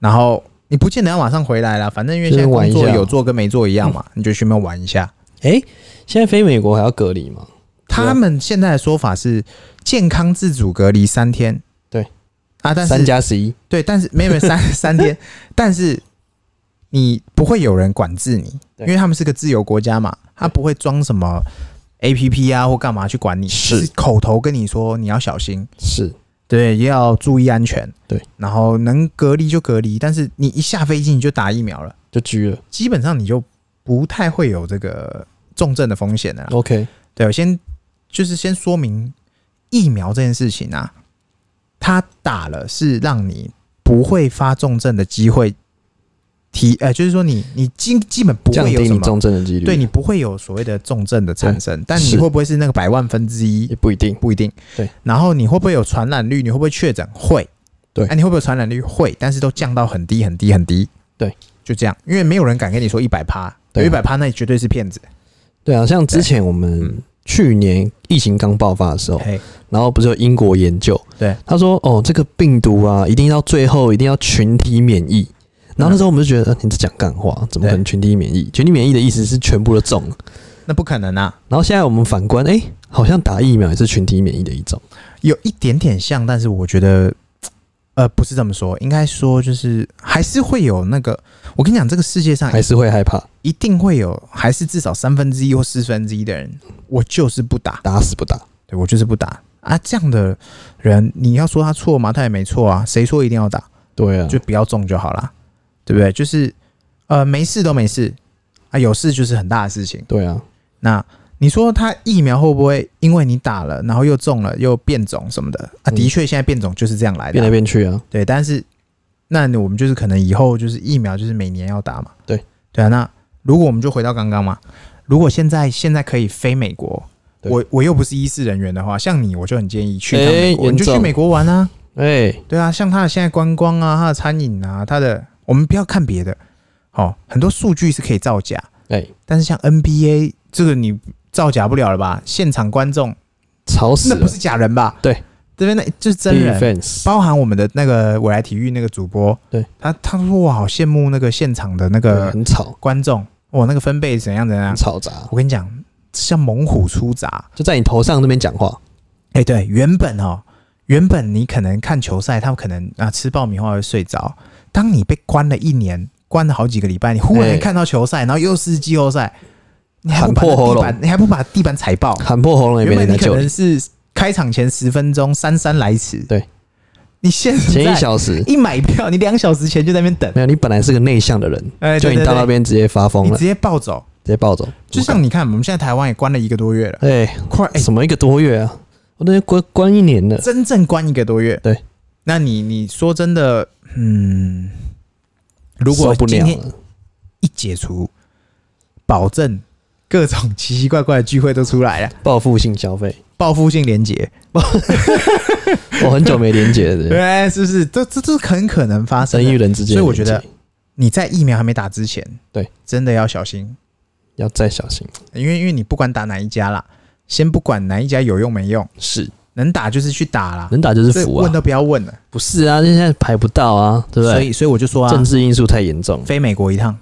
Speaker 1: 然后你不见得要马上回来啦，反正因为现在
Speaker 2: 就是玩
Speaker 1: 工
Speaker 2: 一
Speaker 1: 作
Speaker 2: 下嗯
Speaker 1: 有做跟没做一样嘛，你就去那边玩一下。
Speaker 2: 哎，现在飞美国还要隔离吗？
Speaker 1: 他们现在的说法是健康自主隔离三天，
Speaker 2: 对
Speaker 1: 啊，但
Speaker 2: 三
Speaker 1: 是
Speaker 2: 加十一，
Speaker 1: 对，但是没有没有三 [laughs] 三天，但是你不会有人管制你，因
Speaker 2: 对
Speaker 1: 为他们是个自由国家嘛，他不会装什么 A P P 啊或干嘛去管你，
Speaker 2: 是
Speaker 1: 只口头跟你说你要小心，
Speaker 2: 是
Speaker 1: 对，要注意安全，
Speaker 2: 对，
Speaker 1: 然后能隔离就隔离，但是你一下飞机你就打疫苗了，
Speaker 2: 就狙了。
Speaker 1: 基本上你就不太会有这个重症的风险了啦。
Speaker 2: OK，
Speaker 1: 对，我先就是先说明疫苗这件事情啊，它打了是让你不会发重症的机会提，呃，就是说你你基基本不
Speaker 2: 降
Speaker 1: 会有
Speaker 2: 低
Speaker 1: 什
Speaker 2: 你
Speaker 1: 么，
Speaker 2: 重症的几率，
Speaker 1: 对你不会有所谓的重症的产生，但你
Speaker 2: 是
Speaker 1: 会不会是那个百万分之一
Speaker 2: 也不一定。
Speaker 1: 不一定，
Speaker 2: 对，
Speaker 1: 然后你会不会有传染率？你会不会确诊？会，
Speaker 2: 对
Speaker 1: 哎、你会不会有传染率？会，但是都降到很低很低很低，
Speaker 2: 对，
Speaker 1: 就这样，因为没有人敢跟你说一百趴，
Speaker 2: 对啊
Speaker 1: 有一百趴那绝对是骗子，
Speaker 2: 对啊，像之前我们
Speaker 1: 嗯
Speaker 2: 去年疫情刚爆发的时候，
Speaker 1: 嘿，
Speaker 2: 然后不是有英国研究，
Speaker 1: 对，
Speaker 2: 他说哦，这个病毒啊，一定要最后一定要群体免疫。然后那时候我们就觉得，呃你在讲干话，怎么可能群体免疫？群体免疫的意思是全部都中了。
Speaker 1: 那不可能啊，
Speaker 2: 然后现在我们反观，哎，好像打疫苗也是群体免疫的一种。
Speaker 1: 有一点点像，但是我觉得呃，不是这么说，应该说就是还是会有那个，我跟你讲，这个世界上
Speaker 2: 还是会害怕，
Speaker 1: 一定会有，还是至少三分之一或四分之一的人，我就是不打，
Speaker 2: 打死不打。
Speaker 1: 对我就是不打啊。这样的人，你要说他错吗？他也没错啊，谁说一定要打？
Speaker 2: 对啊，
Speaker 1: 就不要中就好啦，对不对？就是呃，没事都没事啊，有事就是很大的事情。
Speaker 2: 对啊，
Speaker 1: 那你说他疫苗会不会因为你打了，然后又中了又变种什么的啊？
Speaker 2: 嗯
Speaker 1: 的确，现在变种就是这样来的
Speaker 2: 变
Speaker 1: 啊、
Speaker 2: 来变去啊，
Speaker 1: 对，但是那我们就是可能以后就是疫苗就是每年要打嘛。
Speaker 2: 对
Speaker 1: 对啊，那如果我们就回到刚刚嘛，如果现在现在可以飞美国，
Speaker 2: 对
Speaker 1: 我我又不是医师人员的话，像你我就很建议去一趟
Speaker 2: 哎
Speaker 1: 美国，你就
Speaker 2: 严
Speaker 1: 去
Speaker 2: 重
Speaker 1: 美国玩啊。
Speaker 2: 哎，
Speaker 1: 对啊，像它的现在观光啊，它的餐饮啊，它的我们不要看别的，好、很多数据是可以造假，
Speaker 2: 哎，
Speaker 1: 但是像 NBA 这个你造假不了了吧？现场观众
Speaker 2: 吵死
Speaker 1: 那
Speaker 2: 了
Speaker 1: 不是假人吧？
Speaker 2: 啊对，
Speaker 1: 这边那就是真人。
Speaker 2: ，defense，
Speaker 1: 包含我们的那个未来体育那个主播，
Speaker 2: 对
Speaker 1: 他他说我好羡慕那个现场的那
Speaker 2: 对
Speaker 1: 个
Speaker 2: 很吵，
Speaker 1: 观众，哇，那个分贝怎样怎样
Speaker 2: 很。吵杂，
Speaker 1: 我跟你讲，像猛虎出闸。
Speaker 2: 就在你头上那边讲话，
Speaker 1: 哎、对，原本哦，原本你可能看球赛，他们可能啊吃爆米花会睡着。当你被关了一年，关了好几个礼拜，你忽然
Speaker 2: 哎
Speaker 1: 看到球赛，然后又是季后赛，你还不
Speaker 2: 喊
Speaker 1: 把那
Speaker 2: 破喉
Speaker 1: 地
Speaker 2: 咙
Speaker 1: 板，你还不把地板踩爆？
Speaker 2: 喊破喉咙也
Speaker 1: 原
Speaker 2: 没
Speaker 1: 本
Speaker 2: 人
Speaker 1: 你
Speaker 2: 来
Speaker 1: 可
Speaker 2: 救你
Speaker 1: 能。是开场前十分钟姗姗来迟，
Speaker 2: 对，
Speaker 1: 你现在
Speaker 2: 前一小时
Speaker 1: 一买票，你两小时前就在那边等，
Speaker 2: 没有，你本来是个内向的人，
Speaker 1: 哎
Speaker 2: 就
Speaker 1: 对
Speaker 2: 你
Speaker 1: 对
Speaker 2: 到
Speaker 1: 对
Speaker 2: 那边直接发疯
Speaker 1: 你
Speaker 2: 了，
Speaker 1: 直
Speaker 2: 直
Speaker 1: 接暴走。
Speaker 2: 接暴走，
Speaker 1: 就像你看，我们现在台湾也关了一个多月了，
Speaker 2: 哎、
Speaker 1: 快、哎
Speaker 2: 什么一个多月啊，我那边关关一年了，
Speaker 1: 真正关一个多月。
Speaker 2: 对，
Speaker 1: 那你你说真的，嗯，如果
Speaker 2: 受不
Speaker 1: 今
Speaker 2: 了
Speaker 1: 天
Speaker 2: 了，
Speaker 1: 一解除，保证各种奇奇怪怪的聚会都出
Speaker 2: [laughs]
Speaker 1: 来了，
Speaker 2: 报复性消费，
Speaker 1: 报复性连结，
Speaker 2: 我很久没连接了，
Speaker 1: [laughs]
Speaker 2: 对
Speaker 1: 对，哎是不是？这这这很可能发生
Speaker 2: 人与
Speaker 1: 的。
Speaker 2: 人之间
Speaker 1: 所
Speaker 2: 的连接，
Speaker 1: 以我觉得你在疫苗还没打之前，
Speaker 2: 对，
Speaker 1: 真的要小心，
Speaker 2: 要再小心，
Speaker 1: 因为因为你不管打哪一家啦，先不管哪一家有用没用，
Speaker 2: 是
Speaker 1: 能打就是去打啦，
Speaker 2: 能打就是
Speaker 1: 所以
Speaker 2: 福
Speaker 1: 问
Speaker 2: 啊，
Speaker 1: 都不要问了，
Speaker 2: 不是啊，现在排不到啊，对不
Speaker 1: 所
Speaker 2: 对？
Speaker 1: 以所以我就说啊，
Speaker 2: 政治因素太严重，
Speaker 1: 飞美国一
Speaker 2: [laughs]
Speaker 1: 趟。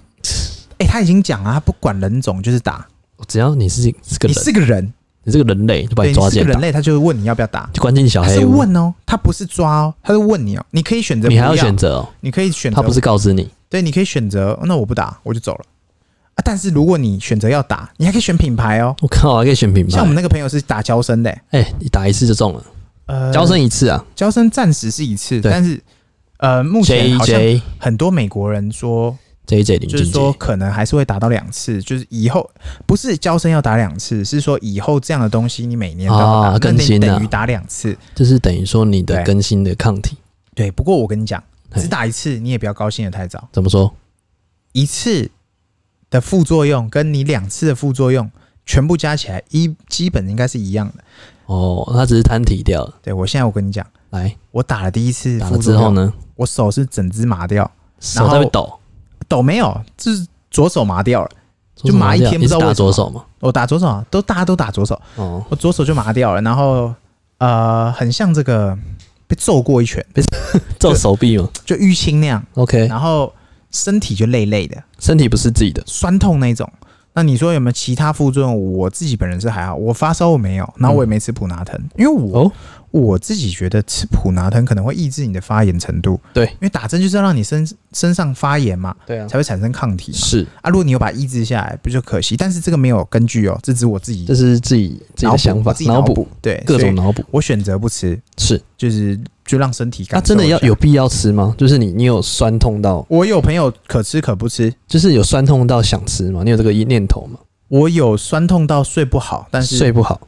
Speaker 1: 哎、他已经讲了，他不管人种就是打，
Speaker 2: 只要你是是个
Speaker 1: 你
Speaker 2: 人，
Speaker 1: 是个人，
Speaker 2: 你是个人类，就把
Speaker 1: 对，
Speaker 2: 你
Speaker 1: 你
Speaker 2: 抓
Speaker 1: 是
Speaker 2: 进
Speaker 1: 个
Speaker 2: 来
Speaker 1: 人
Speaker 2: 打，哎
Speaker 1: 类，他就会问你要不要打。
Speaker 2: 就关进小
Speaker 1: 他
Speaker 2: 黑
Speaker 1: 是
Speaker 2: 屋，
Speaker 1: 问哦，他不是抓哦，他是问你哦，你可以选择，
Speaker 2: 你还要选，择、哦，
Speaker 1: 你可以选择，
Speaker 2: 他不是告知你，
Speaker 1: 对，你可以选择，哦那我不打，我就走了啊。但是如果你选择要打，你还可以选品牌哦。
Speaker 2: [laughs] 我靠，还可以选品牌
Speaker 1: 像我，们那个朋友是打交生的、
Speaker 2: 哎、你打一次就中了，
Speaker 1: 呃，
Speaker 2: 交生一次啊
Speaker 1: 交生暂时是一次，
Speaker 2: 对
Speaker 1: 但是呃，目前
Speaker 2: ，J
Speaker 1: 好像
Speaker 2: J
Speaker 1: 很多美国人说
Speaker 2: J J 林
Speaker 1: 就是
Speaker 2: 俊
Speaker 1: 说
Speaker 2: 杰。
Speaker 1: 可能还是会打到两次，就是以后不是交生要打两次，是说以后这样的东西你每年都要打，
Speaker 2: 啊
Speaker 1: 那
Speaker 2: 更
Speaker 1: 你
Speaker 2: 新啊
Speaker 1: 等于打两次。
Speaker 2: 就是等于说你
Speaker 1: 对
Speaker 2: 的更新的抗体
Speaker 1: 对，不过我跟你讲，
Speaker 2: 嘿
Speaker 1: 只打一次你也不要高兴的太早，
Speaker 2: 怎么说？
Speaker 1: 一次的副作用跟你两次的副作用全部加起来一基本应该是一样的。
Speaker 2: 哦，它只是摊体掉了。
Speaker 1: 对我现在我跟你讲，
Speaker 2: 来
Speaker 1: 我打了第一次
Speaker 2: 打
Speaker 1: 副
Speaker 2: 了
Speaker 1: 作
Speaker 2: 之后
Speaker 1: 用，
Speaker 2: 呢，
Speaker 1: 我手是整只麻掉，
Speaker 2: 手在那边抖，
Speaker 1: 抖没有，就是左手麻掉了。就
Speaker 2: 左手麻
Speaker 1: 麻一
Speaker 2: 掉
Speaker 1: 天
Speaker 2: 你
Speaker 1: 不知
Speaker 2: 是
Speaker 1: 道为
Speaker 2: 打
Speaker 1: 什么
Speaker 2: 左手嘛。
Speaker 1: 我打左手啊都大家都打左手，
Speaker 2: 哦，
Speaker 1: [laughs] 我左手就麻掉了，然后呃，很像这个被揍过一拳，
Speaker 2: 皱手臂
Speaker 1: [laughs]
Speaker 2: 嘛。
Speaker 1: 就淤青那样，
Speaker 2: OK，
Speaker 1: 然后身体就累累的，
Speaker 2: 身体不是自己的，
Speaker 1: 酸痛那种。那你说有没有其他副作用？我自己本人是还好，我发烧我没有，然后我也没吃普拿疼，因为我、
Speaker 2: 哦
Speaker 1: 我自己觉得吃普拿疼可能会抑制你的发炎程度。
Speaker 2: 对
Speaker 1: 因为打针就是要让你身身上发炎嘛，
Speaker 2: 对啊
Speaker 1: 才会产生抗体嘛。
Speaker 2: 是，
Speaker 1: 啊，如果你有把它抑制下来，不就可惜？但是这个没有根据哦，这只是我自己
Speaker 2: 这是自己自己
Speaker 1: 脑补
Speaker 2: 的想
Speaker 1: 我
Speaker 2: 法
Speaker 1: 自，己
Speaker 2: 脑
Speaker 1: 脑
Speaker 2: 补
Speaker 1: 补对
Speaker 2: 各
Speaker 1: 所以
Speaker 2: 种脑补
Speaker 1: 我选择不吃，
Speaker 2: 是。
Speaker 1: 就是就让身体
Speaker 2: 那
Speaker 1: 感受
Speaker 2: 真
Speaker 1: 一下。
Speaker 2: 的要有必要吃吗？就是你你有酸痛到，
Speaker 1: 我有朋友可吃可不吃，
Speaker 2: 就是有酸痛到想吃吗？你有这个意念头吗？
Speaker 1: 我有酸痛到睡不好，但是
Speaker 2: 睡不好，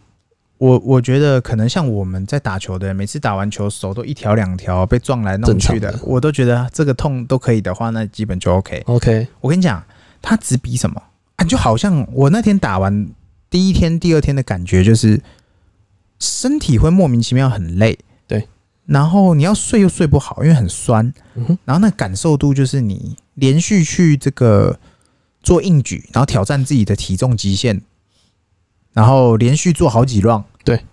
Speaker 1: 我我觉得可能像我们在打球的人，每次打完球手都一条两条被撞来弄去的，
Speaker 2: 正常的
Speaker 1: 我都觉得这个痛都可以的话，那基本就 OK。
Speaker 2: OK，
Speaker 1: 我跟你讲，它只比什么啊？就好像我那天打完第一天、第二天的感觉就是，身体会莫名其妙很累，
Speaker 2: 对，
Speaker 1: 然后你要睡又睡不好，因为很酸，
Speaker 2: 嗯哼，
Speaker 1: 然后那感受度就是你连续去这个做硬举，然后挑战自己的体重极限，然后连续做好几 round，
Speaker 2: 对，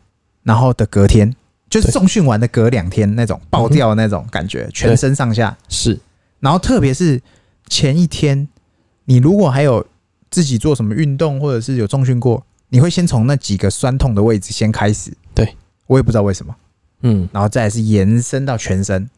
Speaker 1: 然后的隔天就是
Speaker 2: 对
Speaker 1: 重训完的隔两天那种爆掉的那种感觉，全身上下，
Speaker 2: 是
Speaker 1: 然后特别是前一天，你如果还有自己做什么运动或者是有重训过，你会先从那几个酸痛的位置先开始，
Speaker 2: 对
Speaker 1: 我也不知道为什么，
Speaker 2: 嗯，
Speaker 1: 然后再来是延伸到全身，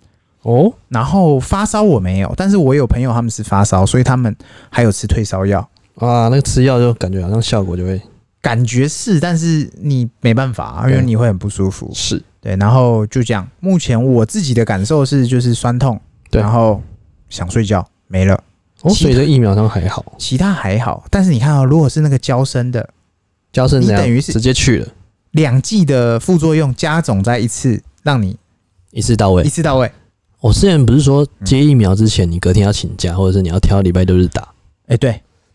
Speaker 2: 哦，
Speaker 1: 然后发烧我没有，但是我有朋友他们是发烧，所以他们还有吃退烧药，
Speaker 2: 啊，那个吃药就感觉好像效果就会
Speaker 1: 感觉是，但是你没办法，因为
Speaker 2: 对
Speaker 1: 你会很不舒服。
Speaker 2: 是
Speaker 1: 对，然后就这样。目前我自己的感受是，就是酸痛，
Speaker 2: 对
Speaker 1: 然后想睡觉，没了。
Speaker 2: 哦，
Speaker 1: 其
Speaker 2: 所以这疫苗上还好，
Speaker 1: 其他还好，但是你看啊、如果是那个胶生的
Speaker 2: 加深怎
Speaker 1: 你等于
Speaker 2: 样
Speaker 1: 是
Speaker 2: 直接去了，
Speaker 1: 两剂的副作用加总在一次，让你
Speaker 2: 一次到位
Speaker 1: 一。次嗯到位。
Speaker 2: 我之前不是说接疫苗之前你隔天要请假，或者是你要挑礼拜六日打，
Speaker 1: 哎、对，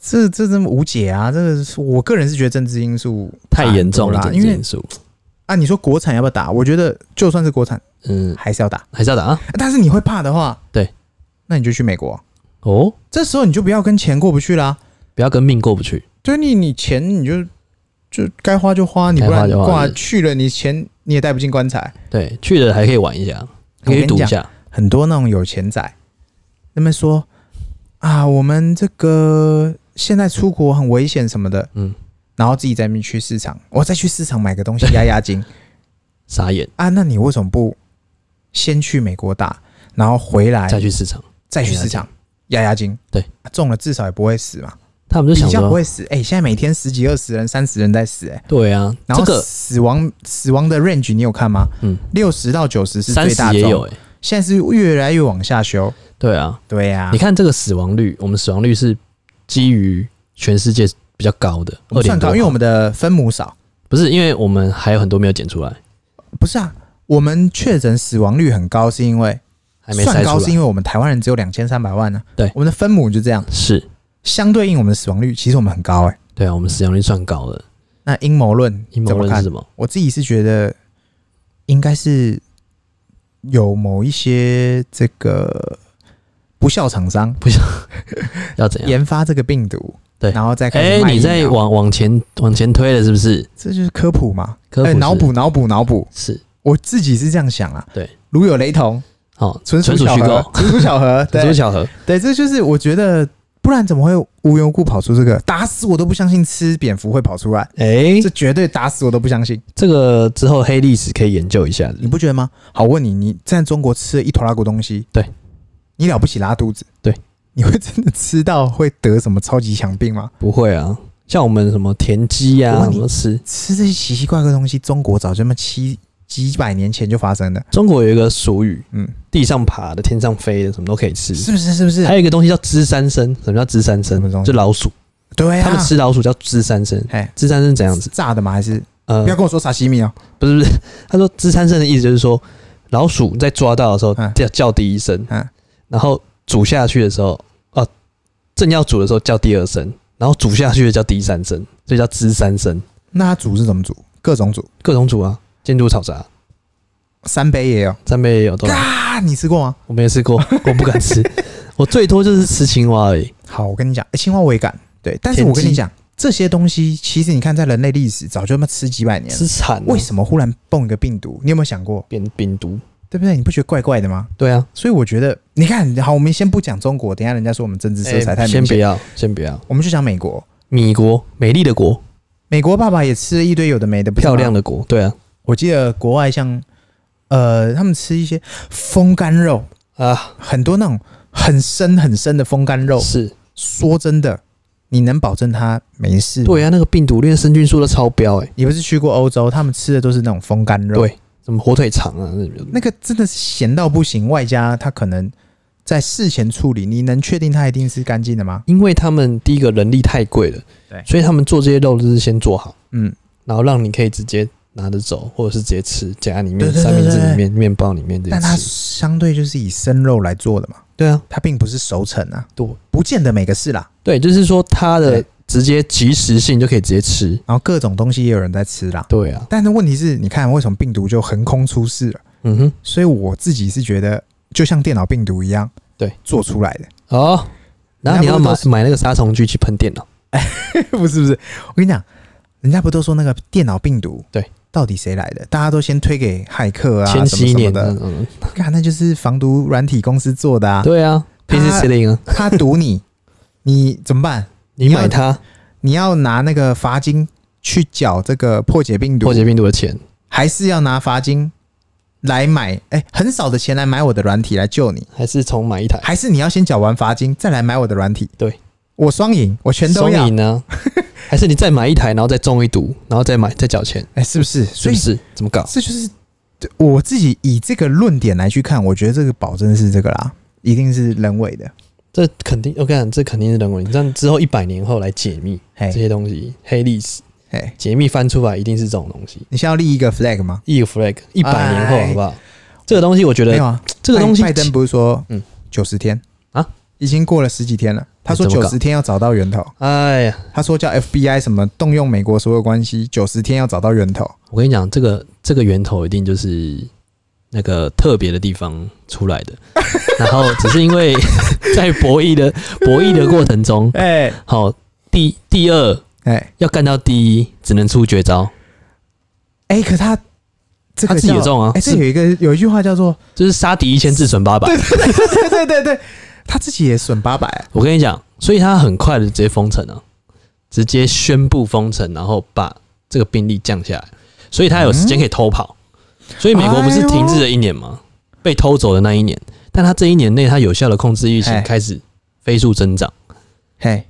Speaker 1: 这这真无解啊！这个是我个人是觉得政治因素
Speaker 2: 太严重了，
Speaker 1: 差很
Speaker 2: 政
Speaker 1: 多
Speaker 2: 治
Speaker 1: 啦因为
Speaker 2: 因素。
Speaker 1: 啊，你说国产要不要打？我觉得就算是国产
Speaker 2: 嗯，
Speaker 1: 还是要打，
Speaker 2: 还是要打啊？
Speaker 1: 但是你会怕的话，
Speaker 2: 对，
Speaker 1: 那你就去美国，啊
Speaker 2: 哦，
Speaker 1: 这时候你就不要跟钱过不去啦。
Speaker 2: 不要跟命过不去。
Speaker 1: 对你，你钱你就就该花就花，你不然
Speaker 2: 该花就花
Speaker 1: 挂去了，你钱你也带不进棺材。
Speaker 2: 对，去了还可以玩一下，
Speaker 1: 我
Speaker 2: 可
Speaker 1: 跟
Speaker 2: 以
Speaker 1: 你
Speaker 2: 赌一
Speaker 1: 讲
Speaker 2: 下。
Speaker 1: 很多那种有钱仔，他们说啊，我们这个现在出国很危险什么的，
Speaker 2: 嗯，
Speaker 1: 然后自己在那边去市场，我再去市场买个
Speaker 2: [laughs]
Speaker 1: 东西压压惊。
Speaker 2: 傻眼，
Speaker 1: 啊，那你为什么不先去美国打，然后回来
Speaker 2: 再去市场，
Speaker 1: 再去市场压压惊？
Speaker 2: 对
Speaker 1: 啊，中了至少也不会死嘛，
Speaker 2: 他
Speaker 1: 比
Speaker 2: 们就想
Speaker 1: 较不
Speaker 2: 说，
Speaker 1: 会死。哎、现在每天十几、二十人、三十人在死、哎，
Speaker 2: 对啊，
Speaker 1: 然后
Speaker 2: 这个
Speaker 1: 死亡、死亡的 range 你有看吗？
Speaker 2: 嗯，
Speaker 1: 六十到九十是
Speaker 2: 三
Speaker 1: 最
Speaker 2: 十
Speaker 1: 大
Speaker 2: 也
Speaker 1: 众，
Speaker 2: 有哎、
Speaker 1: 现在是越来越往下修。
Speaker 2: 对啊，
Speaker 1: 对呀、
Speaker 2: 你看这个死亡率，我们死亡率是基于全世界比较高的
Speaker 1: 我
Speaker 2: 二
Speaker 1: 们
Speaker 2: 点
Speaker 1: 算
Speaker 2: 多
Speaker 1: 高，
Speaker 2: 嘛，
Speaker 1: 因为我们的分母少。
Speaker 2: 不是因为我们还有很多没有检出来，
Speaker 1: 不是啊，我们确诊死亡率很高，是因为
Speaker 2: 还没
Speaker 1: 算
Speaker 2: 筛
Speaker 1: 高
Speaker 2: 出
Speaker 1: 是
Speaker 2: 来，
Speaker 1: 因为我们台湾人只有两千三百万呢、
Speaker 2: 对
Speaker 1: 我们的分母就这样，
Speaker 2: 是，
Speaker 1: 相对应我们的死亡率其实我们很高哎、
Speaker 2: 对啊，我们死亡率算高的。
Speaker 1: 那阴谋论
Speaker 2: 阴
Speaker 1: 怎
Speaker 2: 谋
Speaker 1: 么
Speaker 2: 论是
Speaker 1: 看？
Speaker 2: 什么？
Speaker 1: 我自己是觉得应该是有某一些这个不孝厂商
Speaker 2: 要怎样？
Speaker 1: 研发这个病毒，
Speaker 2: 啊对
Speaker 1: 然后再开
Speaker 2: 哎、
Speaker 1: 始卖疫苗
Speaker 2: 你在往往前往前推了是不是？
Speaker 1: 这就是科普嘛？
Speaker 2: 科普
Speaker 1: 哎
Speaker 2: 是
Speaker 1: 脑补脑补脑补，
Speaker 2: 是
Speaker 1: 我自己是这样想啊。
Speaker 2: 对，
Speaker 1: 如有雷同，
Speaker 2: 哦，
Speaker 1: 纯属
Speaker 2: 纯属
Speaker 1: 巧
Speaker 2: 虚
Speaker 1: 合
Speaker 2: 构，
Speaker 1: 纯属巧
Speaker 2: [laughs]
Speaker 1: 合，
Speaker 2: 纯属
Speaker 1: 对
Speaker 2: 巧合。
Speaker 1: 对，这就是我觉得，不然怎么会无缘无故跑出这个？打死我都不相信吃蝙蝠会跑出来，
Speaker 2: 哎、
Speaker 1: 这绝对打死我都不相信。
Speaker 2: 这个之后黑历史可以研究一下的
Speaker 1: 你不觉得吗？好，我问你，你在中国吃了一坨拉骨东西，
Speaker 2: 对，
Speaker 1: 你了不起拉肚子，
Speaker 2: 对，
Speaker 1: 你会真的吃到会得什么超级强病吗？
Speaker 2: 不会啊，像我们什么田鸡呀、
Speaker 1: 我
Speaker 2: 啊，
Speaker 1: 问你
Speaker 2: 什么吃，
Speaker 1: 吃这些奇奇怪怪的东西，中国早就那么七几百年前就发生了，
Speaker 2: 中国有一个俗语，
Speaker 1: 嗯，
Speaker 2: 地上爬的、天上飞的，什么都可以吃。
Speaker 1: 是不是？是不是？
Speaker 2: 还有一个东西叫知三生，什么叫知三
Speaker 1: 什么东
Speaker 2: 生？
Speaker 1: 西
Speaker 2: 就老鼠，
Speaker 1: 对啊，
Speaker 2: 他们吃老鼠叫知三生。
Speaker 1: 哎
Speaker 2: 知三生怎样子？
Speaker 1: 炸的吗？还是
Speaker 2: 呃
Speaker 1: 不要，跟我说沙西米哦，
Speaker 2: 不是不是， [laughs] 他说知三生的意思就是说，老鼠在抓到的时候
Speaker 1: 嗯
Speaker 2: 叫叫第一声
Speaker 1: 嗯，
Speaker 2: 然后煮下去的时候，哦，正要煮的时候叫第二声，然后煮下去的叫第三声，所以叫知三生。
Speaker 1: 那它煮是怎么煮？各种煮，
Speaker 2: 各种煮啊，煎煮炒炸，
Speaker 1: 三杯也有。
Speaker 2: 三杯也有都来。
Speaker 1: 嘎，啊你吃过吗？
Speaker 2: 我没吃过，我不
Speaker 1: [laughs]
Speaker 2: 敢吃，我最多就是吃青蛙而已。
Speaker 1: 好，我跟你讲，欸青蛙我也敢，对，但是
Speaker 2: 田
Speaker 1: 我跟你
Speaker 2: 鸡
Speaker 1: 讲，这些东西其实你看，在人类历史早就那么吃几百年了
Speaker 2: 吃。惨、啊，
Speaker 1: 为什么忽然蹦一个病毒？你有没有想过？
Speaker 2: 变病毒？
Speaker 1: 对不对？你不觉得怪怪的吗？
Speaker 2: 对啊，
Speaker 1: 所以我觉得，你看，好，我们先不讲中国，等一下人家说我们政治色彩太
Speaker 2: 哎先
Speaker 1: 明
Speaker 2: 不
Speaker 1: 显，
Speaker 2: 要，先不要。
Speaker 1: 我们就讲美国。
Speaker 2: 米国，美丽的国，
Speaker 1: 美国爸爸也吃了一堆有的没的，不是吗
Speaker 2: 漂亮。的国，对啊，
Speaker 1: 我记得国外像，呃，他们吃一些风干肉，
Speaker 2: 啊，
Speaker 1: 很多那种很深很深的风干肉。
Speaker 2: 是，
Speaker 1: 说真的，你能保证它没事？
Speaker 2: 对，啊，那个病毒链生菌数都超标、欸，哎，
Speaker 1: 你不是去过欧洲，他们吃的都是那种风干肉。
Speaker 2: 对什么火腿肠啊，那种
Speaker 1: 那个真的是咸到不行，外加它可能在事前处理，你能确定它一定是干净的吗？
Speaker 2: 因为他们第一个人力太贵了，
Speaker 1: 对
Speaker 2: 所以他们做这些肉就是先做好，
Speaker 1: 嗯，
Speaker 2: 然后让你可以直接拿着走，或者是直接吃，夹里面
Speaker 1: 对对对
Speaker 2: 三明治
Speaker 1: 对对
Speaker 2: 里面、面包里面这
Speaker 1: 但它
Speaker 2: 些吃。
Speaker 1: 相对就是以生肉来做的嘛，
Speaker 2: 对啊，
Speaker 1: 它并不是熟成啊，
Speaker 2: 对，
Speaker 1: 不见得每个是啦。
Speaker 2: 对，就是说它的
Speaker 1: 对
Speaker 2: 直接及时性就可以直接吃。
Speaker 1: 然后各种东西也有人在吃啦，
Speaker 2: 对啊，
Speaker 1: 但是问题是，你看为什么病毒就横空出世了？
Speaker 2: 嗯哼，
Speaker 1: 所以我自己是觉得，就像电脑病毒一样，
Speaker 2: 对，
Speaker 1: 做出来的。
Speaker 2: 哦，然后你要
Speaker 1: 人家
Speaker 2: 买
Speaker 1: 不是
Speaker 2: 买那个杀虫剂去喷电脑，
Speaker 1: [laughs] 不是不是，我跟你讲，人家不都说那个电脑病毒
Speaker 2: 对，
Speaker 1: 到底谁来的？大家都先推给骇客啊，
Speaker 2: 千禧年
Speaker 1: 什么什么，
Speaker 2: 的嗯，
Speaker 1: 的，看那就是防毒软体公司做的啊，
Speaker 2: 对啊，
Speaker 1: 他
Speaker 2: 平时谁的赢啊？
Speaker 1: 他毒你，你怎么办？
Speaker 2: 你
Speaker 1: 你要
Speaker 2: 买它
Speaker 1: 你要拿那个罚金去缴这个破解病毒
Speaker 2: 破，解病毒的钱，
Speaker 1: 还是要拿罚金来买？哎、很少的钱来买我的软体来救你，
Speaker 2: 还是重买一台？
Speaker 1: 还是你要先缴完罚金再来买我的软体？
Speaker 2: 对，
Speaker 1: 我双赢，我全都
Speaker 2: 收
Speaker 1: 要
Speaker 2: 你， [laughs] 呢？还是你再买一台，然后再中一毒，然后再买再缴钱，
Speaker 1: 哎、是不是？
Speaker 2: 是
Speaker 1: 所
Speaker 2: 不
Speaker 1: 以
Speaker 2: 是？怎么搞？
Speaker 1: 这就是我自己以这个论点来去看，我觉得这个保证是这个啦，一定是人为的。
Speaker 2: 这肯定，我跟你讲，这肯定是人为。你像之后一百年后来解密
Speaker 1: 嘿
Speaker 2: 这，些东西，黑历史
Speaker 1: 嘿，
Speaker 2: 解密翻出来，一定是这种东西。
Speaker 1: 你是要立一个 flag 吗？
Speaker 2: 一个 flag，一百年后
Speaker 1: 哎
Speaker 2: 好不好？这个东西我觉
Speaker 1: 没有
Speaker 2: 得，
Speaker 1: 啊，
Speaker 2: 这个
Speaker 1: 拜
Speaker 2: 东西
Speaker 1: 拜登不是说
Speaker 2: 嗯
Speaker 1: 嗯九十天
Speaker 2: 啊，
Speaker 1: 已经过了十几天了。他说
Speaker 2: 哎怎么
Speaker 1: 九
Speaker 2: 搞
Speaker 1: 十天要找到源头，
Speaker 2: 哎呀，
Speaker 1: 他说叫 FBI 什么动用美国所有关系，九十天要找到源
Speaker 2: [laughs]
Speaker 1: 头。
Speaker 2: 我跟你讲，这个这个源头一定就是那个特别的地方出来 [laughs] 的，然后只是因为 [laughs] 在博弈的博弈的过程中，
Speaker 1: 哎
Speaker 2: 好，第第二
Speaker 1: 哎
Speaker 2: 要干到第一，只能出绝招，
Speaker 1: 哎，可他这
Speaker 2: 他
Speaker 1: 个
Speaker 2: 自己
Speaker 1: 叫
Speaker 2: 有中啊，
Speaker 1: 哎，这
Speaker 2: 是
Speaker 1: 有一个有一句话叫做
Speaker 2: 就是杀敌一千自损八百。
Speaker 1: “对对对对”，他自己也损八百。
Speaker 2: 我跟你讲，所以他很快的直接封城啊，直接宣布封城，然后把这个病例降下来，所以他有时间可以偷跑。所以美国不是停滞了一年
Speaker 1: 嗯
Speaker 2: 吗？被偷走的那一年，但他这一年内，他有效的控制疫情
Speaker 1: 哎
Speaker 2: 开始飞速增长，
Speaker 1: 嘿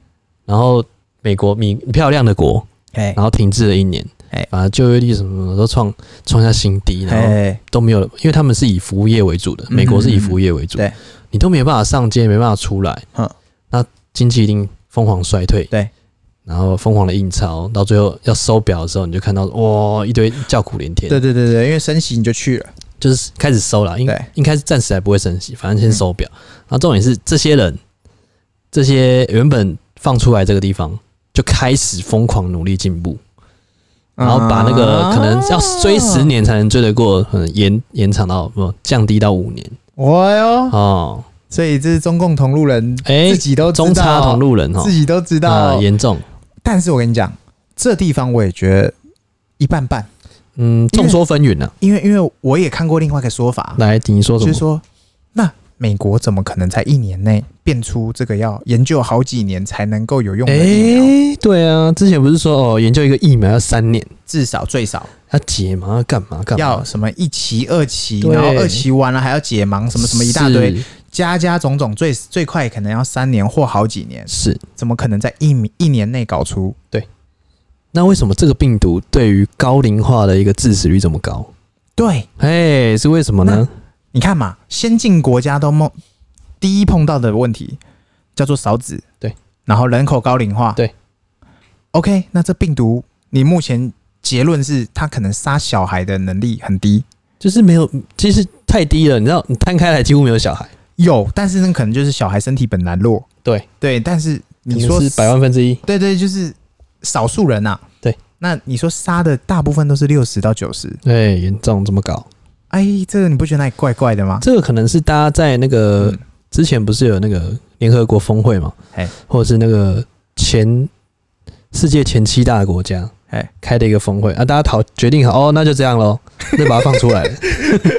Speaker 2: 然后美国米漂亮的国，
Speaker 1: 嘿
Speaker 2: 然后停滞了一年
Speaker 1: 哎，
Speaker 2: 把就业率什么都创创下新低，然后
Speaker 1: 嘿，
Speaker 2: 都没有，因为他们是以服务业为主的，美国是以服务业为主，
Speaker 1: 嗯嗯嗯嗯对，
Speaker 2: 你都没办法上街，没办法出来
Speaker 1: 嗯，
Speaker 2: 那经济一定疯狂衰退，
Speaker 1: 对，
Speaker 2: 然后疯狂的印钞，到最后要收表的时候，你就看到哇、一堆叫苦连天，
Speaker 1: 对，对对对，因为升息你就去了。
Speaker 2: 就是开始收了，应
Speaker 1: 对
Speaker 2: 应该是暂时还不会升息，反正先收表。然后重点是这些人，这些原本放出来这个地方就开始疯狂努力进步，然后把那个
Speaker 1: 啊
Speaker 2: 可能要追十，年才能追得过，可能延延长到不降低到五年
Speaker 1: 哇哟！
Speaker 2: [laughs] 哦，
Speaker 1: 所以这是中共同路人，
Speaker 2: 哎
Speaker 1: 自己都知道
Speaker 2: 中差同路人哈
Speaker 1: 自，己都知
Speaker 2: 啊
Speaker 1: 道。
Speaker 2: 严重，
Speaker 1: 但是我跟你讲，这地方我也觉得一半半，
Speaker 2: 嗯，众说纷纭呢。
Speaker 1: 因为因为我也看过另外一个说法，
Speaker 2: 啊来，你说什
Speaker 1: 就是
Speaker 2: 么？
Speaker 1: 啊说，那美国怎么可能在一年内变出这个要研究好几年才能够有用的疫苗？
Speaker 2: 哎，对啊，之前不是说哦，研究一个疫苗要三年，
Speaker 1: 至少最少
Speaker 2: 要解盲要干嘛干嘛？
Speaker 1: 要什么一期、二期，
Speaker 2: 对
Speaker 1: 然后二期完了还要解盲，什么什么一大堆，
Speaker 2: 是
Speaker 1: 加加种种，最最快可能要三年或好几年，
Speaker 2: 是。
Speaker 1: 怎么可能在一米一年内搞出？
Speaker 2: 那为什么这个病毒对于高龄化的一个致死率这么高？
Speaker 1: 对，
Speaker 2: 哎，是为什么呢？
Speaker 1: 你看嘛，先进国家都梦第一碰到的问题叫做少子，
Speaker 2: 对，
Speaker 1: 然后人口高龄化，
Speaker 2: 对。
Speaker 1: OK，那这病毒，你目前结论是它可能杀小孩的能力很低，
Speaker 2: 就是没有，其实太低了。你知道，你摊开来几乎没有小孩，
Speaker 1: 有，但是那可能就是小孩身体本来弱，
Speaker 2: 对
Speaker 1: 对，但是你
Speaker 2: 可
Speaker 1: 说
Speaker 2: 能是百，万分之一，
Speaker 1: 对对，就是少数人呐、啊，
Speaker 2: 对。
Speaker 1: 那你说杀的大部分都是六十到九十，
Speaker 2: 哎，严重这么高，
Speaker 1: 哎，这个你不觉得那里怪怪的吗？
Speaker 2: 啊这个可能是大家在那
Speaker 1: 嗯
Speaker 2: 个、之前不是有那个联合国峰会嘛
Speaker 1: 哎，
Speaker 2: 或者是那个前世界前七大国家
Speaker 1: 哎，
Speaker 2: 开的一个峰会啊，大家讨决定好哦，那就这样喽，那把它放出来了。
Speaker 1: [laughs]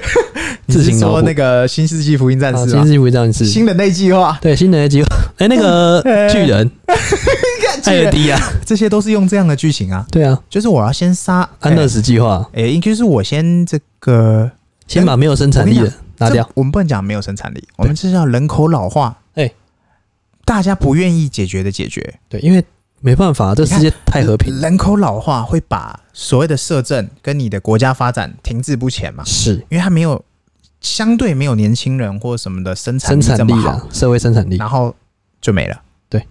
Speaker 1: 你
Speaker 2: 自
Speaker 1: 是
Speaker 2: 行脑
Speaker 1: 说
Speaker 2: 补
Speaker 1: 那个《新世纪福音战
Speaker 2: 啊，
Speaker 1: 士》
Speaker 2: 新
Speaker 1: 吗？
Speaker 2: 世纪这样是
Speaker 1: 新哦人类计划，
Speaker 2: 对新人的机会，哎，那个巨人
Speaker 1: [laughs]
Speaker 2: 艾尔迪啊，
Speaker 1: 这些都是用这样的剧情啊，
Speaker 2: 对啊，
Speaker 1: 就是我要先杀
Speaker 2: 安乐，死计划，
Speaker 1: 哎、诶就是我先这个
Speaker 2: 先把没有生产力
Speaker 1: 我跟
Speaker 2: 的拿掉
Speaker 1: 这，我们不能讲没有生产力，我们这叫人口老化，
Speaker 2: 哎
Speaker 1: 大家不愿意解决的解决，
Speaker 2: 对，因为没办法，这世界太和平了，
Speaker 1: 人口老化会把所谓的社政跟你的国家发展停滞不前嘛，
Speaker 2: 是
Speaker 1: 因为它没有相对没有年轻人或什么的生产
Speaker 2: 生
Speaker 1: 力
Speaker 2: 产
Speaker 1: 这么
Speaker 2: 力
Speaker 1: 好，
Speaker 2: 啊，社会生产力，
Speaker 1: 然后就没了，
Speaker 2: 对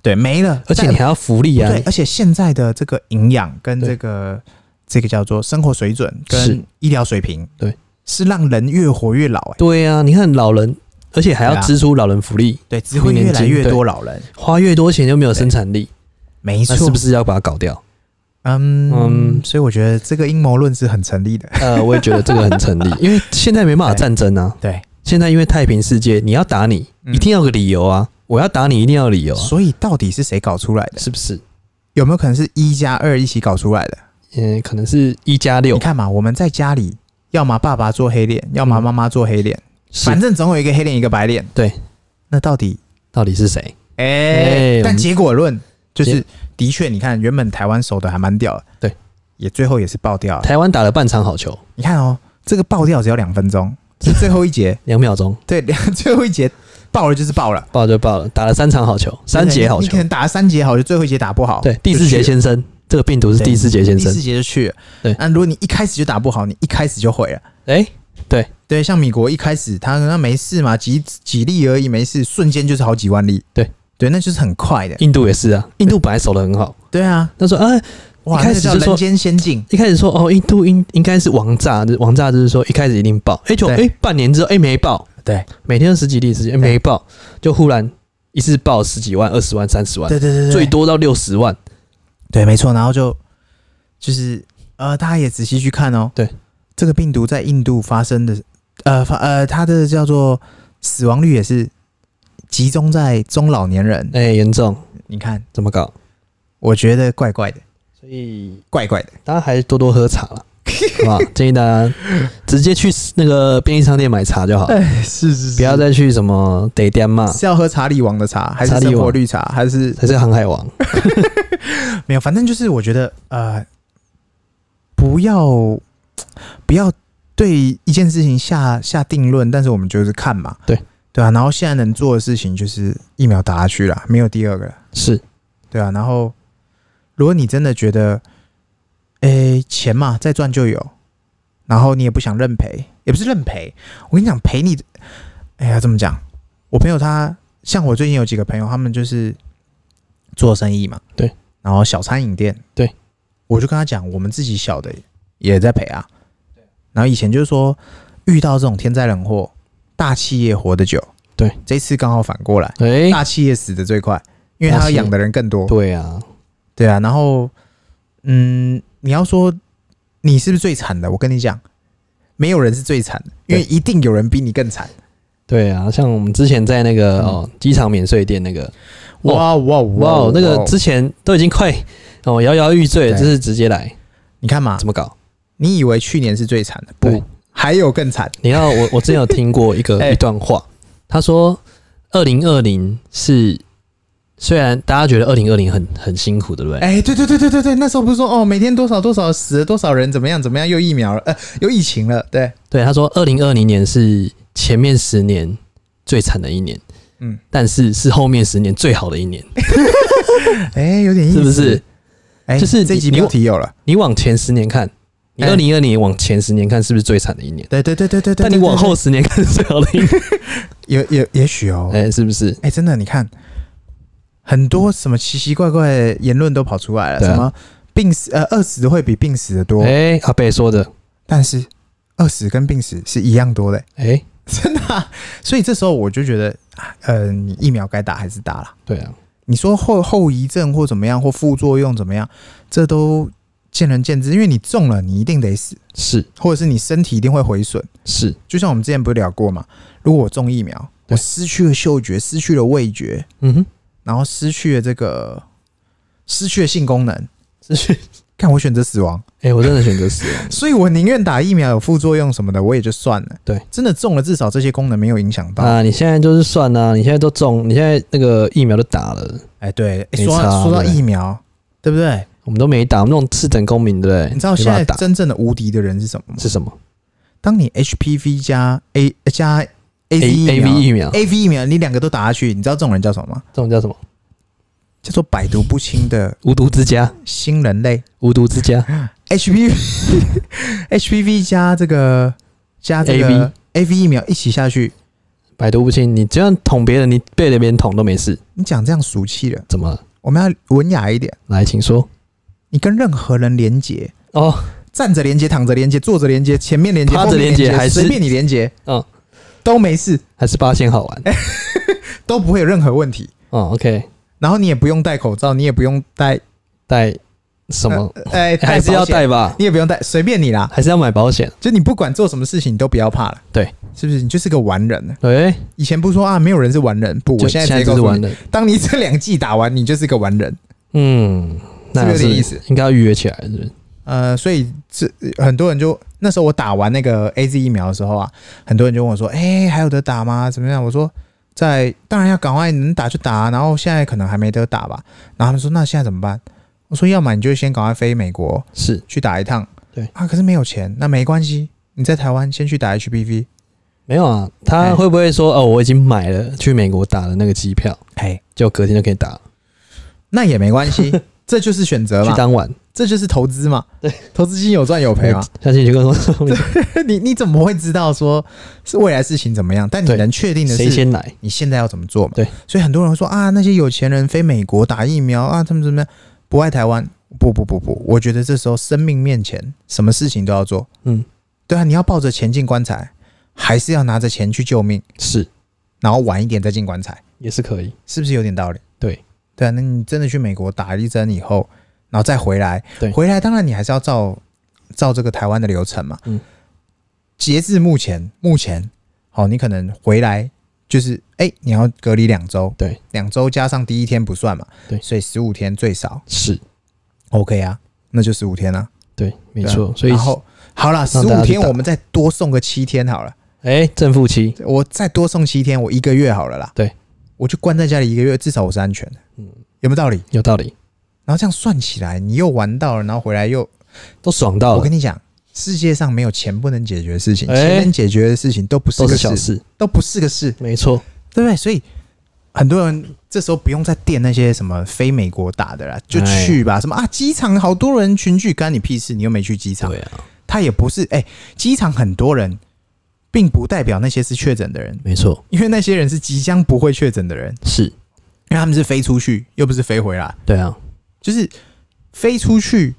Speaker 1: 对，没了，
Speaker 2: 而且
Speaker 1: 但
Speaker 2: 你还要福利啊
Speaker 1: 对，，而且现在的这个营养跟
Speaker 2: 对
Speaker 1: 这个这个叫做生活水准
Speaker 2: 是
Speaker 1: 跟医疗水平，
Speaker 2: 对，
Speaker 1: 是让人越活越老、欸，
Speaker 2: 对啊，你看老人，而且还
Speaker 1: 对
Speaker 2: 要
Speaker 1: 啊
Speaker 2: 支出老人福利，
Speaker 1: 对，只会越来越多老人，
Speaker 2: 花越多钱就没有生产力，
Speaker 1: 啊没
Speaker 2: 那
Speaker 1: 错，
Speaker 2: 是不？是要把它搞掉？
Speaker 1: 嗯
Speaker 2: 嗯
Speaker 1: 嗯，所以我觉得这个阴谋论是很成立的，
Speaker 2: 呃，我也觉得这个很
Speaker 1: [laughs]
Speaker 2: 成立，因为现在没办法
Speaker 1: 对
Speaker 2: 战争啊，
Speaker 1: 对，
Speaker 2: 现在因为太平世界，你要打你，
Speaker 1: 嗯
Speaker 2: 一定要有个理由啊，我要打你一定要理由啊，
Speaker 1: 所以到底是谁搞出来的？
Speaker 2: 是不是？
Speaker 1: 有没有可能是一加二一起搞出来的？
Speaker 2: 嗯，可能是一加六
Speaker 1: 你，看嘛，我们在家里，要么爸爸做黑脸，要么妈妈做黑脸，
Speaker 2: 嗯是
Speaker 1: 反正总有一个黑脸一个白脸。
Speaker 2: 对，
Speaker 1: 那到底
Speaker 2: 到底是谁？
Speaker 1: 哎、
Speaker 2: 哎我
Speaker 1: 但
Speaker 2: 们
Speaker 1: 结果论就是
Speaker 2: 结，
Speaker 1: 的确，你看原本台湾守的还蛮屌的，
Speaker 2: 对，
Speaker 1: 也最后也是爆掉了。
Speaker 2: 台湾打了半场好球，
Speaker 1: 你看哦，这个爆掉只要两分
Speaker 2: [laughs]
Speaker 1: 钟，是最后一节，
Speaker 2: 两秒钟
Speaker 1: 对，两最后一节爆了就是爆了，
Speaker 2: 爆就爆了，打了三场好球，三节好
Speaker 1: 你可
Speaker 2: 球，
Speaker 1: 能打了三节好，就最后一节打不好，
Speaker 2: 对，第四节先生，这个病毒
Speaker 1: 就是去了
Speaker 2: 第四节先
Speaker 1: 第四
Speaker 2: 生，
Speaker 1: 节就去了。
Speaker 2: 对
Speaker 1: 那如果你一开始就打不好，你一开始就毁了。
Speaker 2: 哎，对，
Speaker 1: 对，像米国一开始他那没事嘛，几几例而已，没事，瞬间就是好几万例。
Speaker 2: 对
Speaker 1: 对，那就是很快的。
Speaker 2: 印度也是啊，印度本来守的很好，
Speaker 1: 对啊，
Speaker 2: 他说哎，
Speaker 1: 哇，
Speaker 2: 一开始
Speaker 1: 那个
Speaker 2: 就
Speaker 1: 叫
Speaker 2: 说
Speaker 1: 人间仙境，
Speaker 2: 一开始说哦，印度应应该是王炸，就是王炸就是说一开始一定爆，哎、就哎、
Speaker 1: 对
Speaker 2: 半年之后哎、没爆，
Speaker 1: 对
Speaker 2: 每天都十几例十几例、哎没爆，就忽然一次爆十几万、二十万、三十万，
Speaker 1: 对对对对，
Speaker 2: 最多到六十万，
Speaker 1: 对，没错。然后就就是呃，大家也仔细去看哦。
Speaker 2: 对，
Speaker 1: 这个病毒在印度发生的呃发呃，它的叫做死亡率也是集中在中老年人。
Speaker 2: 哎、严重，
Speaker 1: 你看，
Speaker 2: 怎么搞？
Speaker 1: 我觉得怪怪的，
Speaker 2: 所以
Speaker 1: 怪
Speaker 2: [laughs]
Speaker 1: 怪的。
Speaker 2: 大家还是多多喝茶了，好 [laughs] 不好？建议大家直接去那个便利商店买茶就好，
Speaker 1: 哎，是是
Speaker 2: 不要再去什么得店嘛，
Speaker 1: 是要喝查理王的茶，还是
Speaker 2: 查理
Speaker 1: 生活
Speaker 2: 王
Speaker 1: 绿茶，还是
Speaker 2: 才是航海王。
Speaker 1: 没有，反正就是我觉得呃，不要不要对一件事情下下定论，但是我们就是看嘛，
Speaker 2: 对
Speaker 1: 对啊。然后现在能做的事情就是疫苗打下去啦，没有第二个了，
Speaker 2: 是
Speaker 1: 对啊。然后如果你真的觉得，诶、钱嘛再赚就有，然后你也不想认赔，也不是认赔，我跟你讲赔你，哎呀，怎么讲？我朋友他像我最近有几个朋友，他们就是做生意嘛，
Speaker 2: 对，
Speaker 1: 然后小餐饮店，
Speaker 2: 对，
Speaker 1: 我就跟他讲，我们自己小的也在赔啊，然后以前就是说遇到这种天灾人祸，大企业活得久，
Speaker 2: 对，
Speaker 1: 这次刚好反过来，
Speaker 2: 哎、
Speaker 1: 大企业死的最快，因为
Speaker 2: 大
Speaker 1: 他
Speaker 2: 企业
Speaker 1: 养的人更多，
Speaker 2: 对啊，
Speaker 1: 对啊，然后，嗯，你要说你是不是最惨的？我跟你讲，没有人是最惨的，因为一定有人比你更惨。
Speaker 2: 对啊，像我们之前在那个、
Speaker 1: 嗯
Speaker 2: 哦机场免税店那个。哦
Speaker 1: 哇哇
Speaker 2: 哇哦，那个
Speaker 1: 哇
Speaker 2: 之前都已经快哦摇摇欲坠了，
Speaker 1: 对
Speaker 2: 这是直接来
Speaker 1: 你看嘛
Speaker 2: 怎，么搞？
Speaker 1: 你以为去年是最惨的，
Speaker 2: 对
Speaker 1: 不，还有更惨。
Speaker 2: 你知道我我之前有听过一个
Speaker 1: [laughs] 哎
Speaker 2: 一段话，他说二零二零是虽然大家觉得二零二零很很辛苦，对不对？
Speaker 1: 哎，对对对对对对，那时候不是说哦，每天多少多少死了多少人，怎么样怎么样，又疫苗了，呃，又疫情了，对，
Speaker 2: 对，他说二零二零年是前面十年最惨的一年，
Speaker 1: 嗯，
Speaker 2: 但是是后面十年最好的一年，
Speaker 1: 哎，有点意思，
Speaker 2: 是不是？？
Speaker 1: 哎，
Speaker 2: 就是
Speaker 1: 这
Speaker 2: 你
Speaker 1: 集
Speaker 2: 你
Speaker 1: 标题有了，
Speaker 2: 你往前十年看，你
Speaker 1: 哎
Speaker 2: 二零二零往前十年看是不是最惨的一年？
Speaker 1: 对对对对对对。
Speaker 2: 但你
Speaker 1: 对对
Speaker 2: 往后十年看是最好的一年，
Speaker 1: 也也也许哦，
Speaker 2: 哎，是不是？
Speaker 1: 哎、真的，你看很多什么奇奇怪怪的言论都跑出来了，
Speaker 2: 对啊
Speaker 1: 什么病死呃饿死的会比病死的多，
Speaker 2: 哎，阿贝说的，
Speaker 1: 但是饿死跟病死是一样多的、
Speaker 2: 哎，
Speaker 1: 真的啊、所以这时候我就觉得，啊呃，你疫苗该打还是打啦。
Speaker 2: 对啊，
Speaker 1: 你说后后遗症或怎么样，或副作用怎么样，这都见仁见智。因为你中了，你一定得死，
Speaker 2: 是
Speaker 1: 或者是你身体一定会毁损。
Speaker 2: 是，
Speaker 1: 就像我们之前不是聊过嘛，如果我中疫苗，我
Speaker 2: 对
Speaker 1: 失去了嗅觉，失去了味觉，
Speaker 2: 嗯哼，
Speaker 1: 然后失去了这个失去了性功能，
Speaker 2: 是去，
Speaker 1: 看我选择死亡，
Speaker 2: [laughs]
Speaker 1: [laughs]
Speaker 2: 哎、我真的选择死亡，
Speaker 1: 所以我宁愿打疫苗有副作用什么的，我也就算了。
Speaker 2: 对，
Speaker 1: 真的中了，至少这些功能没有影响到。哎、
Speaker 2: 啊，你现在就是算啦、你现在都中，你现在那个疫苗都打了，
Speaker 1: 对，哎
Speaker 2: 没
Speaker 1: 说
Speaker 2: 差
Speaker 1: 到说到
Speaker 2: 对不对
Speaker 1: 疫苗，对不对？
Speaker 2: 我们都没打，我们那种次等公民，对不对？
Speaker 1: 你知道
Speaker 2: 没
Speaker 1: 现
Speaker 2: 办法
Speaker 1: 在
Speaker 2: 打
Speaker 1: 真正的无敌的人是什么吗？
Speaker 2: 是什么
Speaker 1: 当你 HPV 加 A 加 A Z
Speaker 2: ？A A V
Speaker 1: 疫
Speaker 2: 疫苗，
Speaker 1: 苗 A V 疫苗，你两个都打下去，你知道这种人叫什么吗？
Speaker 2: 这种叫什么？
Speaker 1: 叫做百毒不侵的
Speaker 2: 无毒之家，
Speaker 1: 新人类。
Speaker 2: 无毒之家，
Speaker 1: [laughs] HPV HPV 加这个加这个 AV 疫苗一起下去，
Speaker 2: 百毒不侵。你这样捅别人，你被别人捅都没事，
Speaker 1: 你讲这样俗气了，
Speaker 2: 怎么了？
Speaker 1: 我们要文雅一点。
Speaker 2: 来，请说。
Speaker 1: 你跟任何人连接，
Speaker 2: 哦，
Speaker 1: 站着连接、躺着连接、坐着连接、前面连接、
Speaker 2: 趴着
Speaker 1: 后面接
Speaker 2: 连接还是
Speaker 1: 随便你连接，
Speaker 2: 嗯，
Speaker 1: 都没事，
Speaker 2: 还是八仙好
Speaker 1: 哎
Speaker 2: 玩。
Speaker 1: 都不会有任何问题。
Speaker 2: 哦，OK，
Speaker 1: 然后你也不用戴口罩，你也不用戴
Speaker 2: 带什么？
Speaker 1: 呃哎，
Speaker 2: 还是要
Speaker 1: 保险，
Speaker 2: 带吧，
Speaker 1: 你也不用戴，随便你啦。
Speaker 2: 还是要买保险？
Speaker 1: 就你不管做什么事情，你都不要怕了。
Speaker 2: 对，
Speaker 1: 是不是？你就是个完人了。
Speaker 2: 哎，
Speaker 1: 以前不说啊，没有人是完人，不，
Speaker 2: 就
Speaker 1: 我现在
Speaker 2: 现在
Speaker 1: 直接告
Speaker 2: 就是
Speaker 1: 诉
Speaker 2: 完
Speaker 1: 你，
Speaker 2: 了，
Speaker 1: 当你这两季打完，你就是个完人。
Speaker 2: 嗯，那
Speaker 1: 是不是有点
Speaker 2: 是
Speaker 1: 意思
Speaker 2: 应该要约起来，是不是？
Speaker 1: 呃，所以这很多人就那时候我打完那个 A Z 疫苗的时候啊，很多人就问我说：“哎、还有得打吗？怎么样？”我说：“在，当然要赶快能打就打，然后现在可能还没得打吧。”然后他们说：“那现在怎么办？”我说：“要么你就先赶快飞美国
Speaker 2: 是
Speaker 1: 去打一趟，
Speaker 2: 对
Speaker 1: 啊，可是没有钱，那没关系，你在台湾先去打 HPV，
Speaker 2: 没有啊？他
Speaker 1: 哎
Speaker 2: 会不会说哦，我已经买了去美国打的那个机票，
Speaker 1: 哎，
Speaker 2: 就隔天就可以打了
Speaker 1: 那也没关
Speaker 2: [laughs]
Speaker 1: 系，这就是选择
Speaker 2: 去
Speaker 1: 嘛，
Speaker 2: 当晚？
Speaker 1: 这就是投资嘛，对，投资金有赚有
Speaker 2: [laughs]
Speaker 1: 赔嘛，
Speaker 2: 下次你就跟
Speaker 1: [laughs]
Speaker 2: 我说
Speaker 1: 你你怎么会知道说是未来事情怎么样？但你
Speaker 2: 对
Speaker 1: 能确定的
Speaker 2: 谁
Speaker 1: 是。”
Speaker 2: 先来，
Speaker 1: 你现在要怎么做嘛？
Speaker 2: 对，
Speaker 1: 所以很多人会说啊，那些有钱人飞美国打疫苗啊，他们怎么样不爱台湾？不不不不，我觉得这时候生命面前，什么事情都要做。
Speaker 2: [laughs] 嗯，
Speaker 1: 对啊，你要抱着钱进棺材，还是要拿着钱去救命，
Speaker 2: 是
Speaker 1: 然后晚一点再进棺材，
Speaker 2: 也是可以。
Speaker 1: 是不是有点道理？
Speaker 2: 对，
Speaker 1: 对啊，那你真的去美国打一针以后，然后再回来，
Speaker 2: 对
Speaker 1: 回来当然你还是要照照这个台湾的流程嘛。
Speaker 2: 嗯，
Speaker 1: 截至目前，目前，好、你可能回来就是，哎、你要隔离两周，
Speaker 2: 对，
Speaker 1: 两周加上第一天不算嘛，
Speaker 2: 对
Speaker 1: 所以十五天最少
Speaker 2: 是，
Speaker 1: ，OK 啊，那就十五天啊，
Speaker 2: 对，没
Speaker 1: 对啊
Speaker 2: 错。所以
Speaker 1: 然，后好了，十
Speaker 2: 让大家
Speaker 1: 五
Speaker 2: 去
Speaker 1: 天
Speaker 2: 打
Speaker 1: 我们再多送个七天好了。
Speaker 2: 哎，正负七，
Speaker 1: 我再多送七天，我一个月好了啦。
Speaker 2: 对，
Speaker 1: 我就关在家里一个月，至少我是安全的。
Speaker 2: 嗯
Speaker 1: 嗯，有没有道理？
Speaker 2: 有道理，
Speaker 1: 然后这样算起来，你又玩到了，然后回来又……
Speaker 2: 都爽到
Speaker 1: 我
Speaker 2: 了
Speaker 1: 跟，你讲，世界上没有钱不能解决的事情，
Speaker 2: 哦哎
Speaker 1: 钱能解决的事情都不是
Speaker 2: 都
Speaker 1: 个
Speaker 2: 是小
Speaker 1: 事，
Speaker 2: 事，
Speaker 1: 都不是个事，
Speaker 2: 没错。
Speaker 1: 对不对？所以很多人这时候不用再垫那些什么非美国打的啦，就
Speaker 2: 哎
Speaker 1: 去吧。什么啊，机场好多人群聚，干你屁事？你又没去机场
Speaker 2: 对。啊，
Speaker 1: 他也不是哎，机场很多人，并不代表那些是确诊的人。
Speaker 2: 没错，
Speaker 1: 因为那些人是即将不会确诊的人，
Speaker 2: 是，
Speaker 1: 因为他们是飞出去，又不是飞回来，
Speaker 2: 对啊，
Speaker 1: 就是飞出去，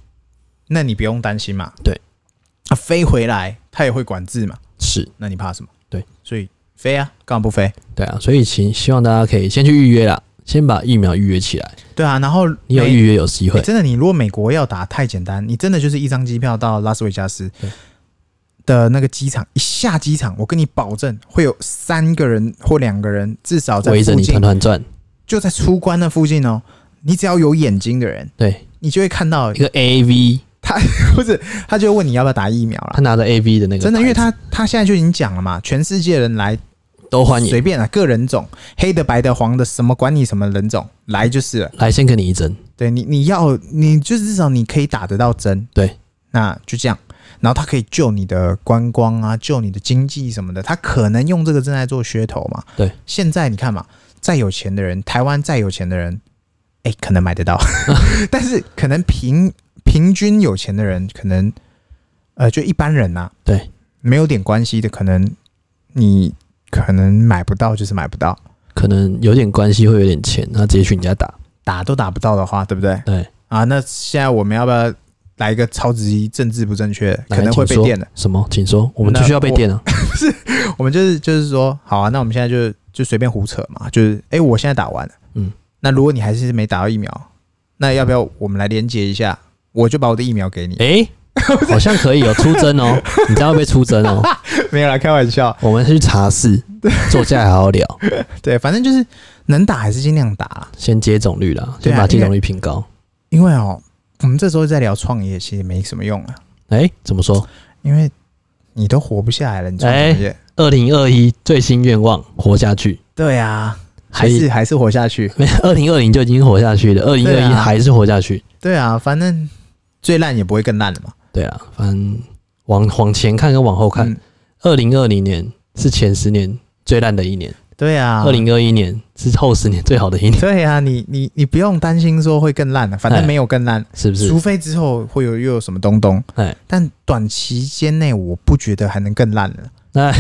Speaker 1: 那你不用担心嘛。
Speaker 2: 对，
Speaker 1: 啊，飞回来他也会管制嘛，
Speaker 2: 是，
Speaker 1: 那你怕什么？
Speaker 2: 对，
Speaker 1: 所以飞啊，干嘛不飞？
Speaker 2: 对啊。所以请希望大家可以先去预约啦，先把疫苗预约起来。
Speaker 1: 对啊，然后
Speaker 2: 你有
Speaker 1: 美
Speaker 2: 预约有机会
Speaker 1: 欸，真的，你如果美国要打太简单，你真的就是一张机票到拉斯维加斯
Speaker 2: 对
Speaker 1: 的那个机场，一下机场，我跟你保证会有三个人或两个人至少在
Speaker 2: 围着
Speaker 1: 附
Speaker 2: 你
Speaker 1: 近
Speaker 2: 团，团转。
Speaker 1: 就在出关那附近哦。你只要有眼睛的人，
Speaker 2: 对，
Speaker 1: 你就会看 [laughs] 到
Speaker 2: 一个 A V，
Speaker 1: 不是，他就会问你要不要打疫苗
Speaker 2: 他
Speaker 1: 啦。
Speaker 2: 拿着 A V 的那个牌子，
Speaker 1: 真的，因为他他现在就已经讲了嘛，全世界人来
Speaker 2: 都欢
Speaker 1: 随
Speaker 2: 迎
Speaker 1: 便啊，个人种，黑的、白的、黄的，什么管你什么人种，来就是了。
Speaker 2: 来先跟你一针。
Speaker 1: 对你，你要你就是至少你可以打得到针，
Speaker 2: 对，
Speaker 1: 那就这样。然后他可以救你的观光啊，救你的经济什么的，他可能用这个正在做噱头嘛。
Speaker 2: 对，
Speaker 1: 现在你看嘛，再有钱的人，台湾再有钱的人，哎，可能买得到， [laughs] 但是可能平平均有钱的人，可能呃，就一般人呐、
Speaker 2: 对，
Speaker 1: 没有点关系的，可能你可能买不到，就是买不到，
Speaker 2: 可能有点关系，会有点钱，他直接去你家打。
Speaker 1: 打都打不到的话，对不对？
Speaker 2: 对，
Speaker 1: 啊，那现在我们要不要来一个超级政治不正确，
Speaker 2: 来
Speaker 1: 可能会被
Speaker 2: 请说
Speaker 1: 电的？
Speaker 2: 什么？请说，我们
Speaker 1: 那
Speaker 2: 就需要被
Speaker 1: 我
Speaker 2: 电啊。
Speaker 1: 我们就是就是说，好啊，那我们现在就就随便胡扯嘛，就是哎、诶我现在打完了，
Speaker 2: 嗯，
Speaker 1: 那如果你还是没打到疫苗，那要不要我们来连接一下？我就把我的疫苗给
Speaker 2: [laughs]
Speaker 1: 你， [laughs]
Speaker 2: 哎、好像可以哦，出征哦，你这样会被出征
Speaker 1: [laughs]
Speaker 2: 哦。
Speaker 1: 没有啦，开玩笑，
Speaker 2: 我们去茶室坐下来好好聊，
Speaker 1: 对，反正就是能打还是尽量打啦，
Speaker 2: 先接种率啦，
Speaker 1: 对啊
Speaker 2: 先把接种率拼高。
Speaker 1: 因为哦，我们这时候在聊创业，其实没什么用啊，
Speaker 2: 哎、怎么说？
Speaker 1: 因为你都活不下来了，你创
Speaker 2: 哎
Speaker 1: 什么业？
Speaker 2: 二零二一最新愿望活下去， [laughs]
Speaker 1: 对啊，还
Speaker 2: 所以
Speaker 1: 是还是活下去，
Speaker 2: 没二零二零就已经活下去了，二零二
Speaker 1: 对
Speaker 2: 一
Speaker 1: 啊
Speaker 2: 还是活下去。
Speaker 1: 对啊，反正最烂也不会更烂了嘛，
Speaker 2: 对啊，反正往往前看跟往后看
Speaker 1: 嗯，
Speaker 2: 二零二零年是前十年最烂的一年，
Speaker 1: 对啊，
Speaker 2: 二零二一年是后十年最好的
Speaker 1: [laughs]
Speaker 2: 一年，
Speaker 1: 对啊，你你你不用担心说会更烂了，反正
Speaker 2: 哎
Speaker 1: 没有更烂，
Speaker 2: 是不是
Speaker 1: 除？非之后会有又有什么东东。
Speaker 2: 哎，
Speaker 1: 但短期间内，我不觉得还能更烂了。
Speaker 2: 那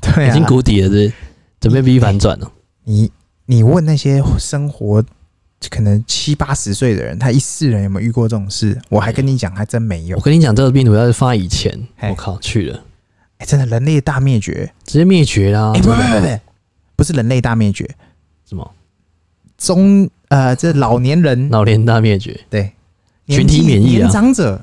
Speaker 1: 对啊，
Speaker 2: 已经谷底了，是不是准备 V 反转了。
Speaker 1: 你你问那些生活可能七八十岁的人，他一世人有没有遇过这种事？我还跟你讲，还真没有
Speaker 2: 我。跟你讲，这个病毒要是放在以前，
Speaker 1: 嘿
Speaker 2: 我靠，去了
Speaker 1: 哎、真的人类大灭绝！
Speaker 2: 直接灭绝啦！
Speaker 1: 哎、不不不不，不是人类大灭绝，
Speaker 2: 什么
Speaker 1: 中呃，这老年人
Speaker 2: 老年大灭绝？
Speaker 1: 对
Speaker 2: 群体
Speaker 1: 年纪
Speaker 2: 免疫啊
Speaker 1: 年长者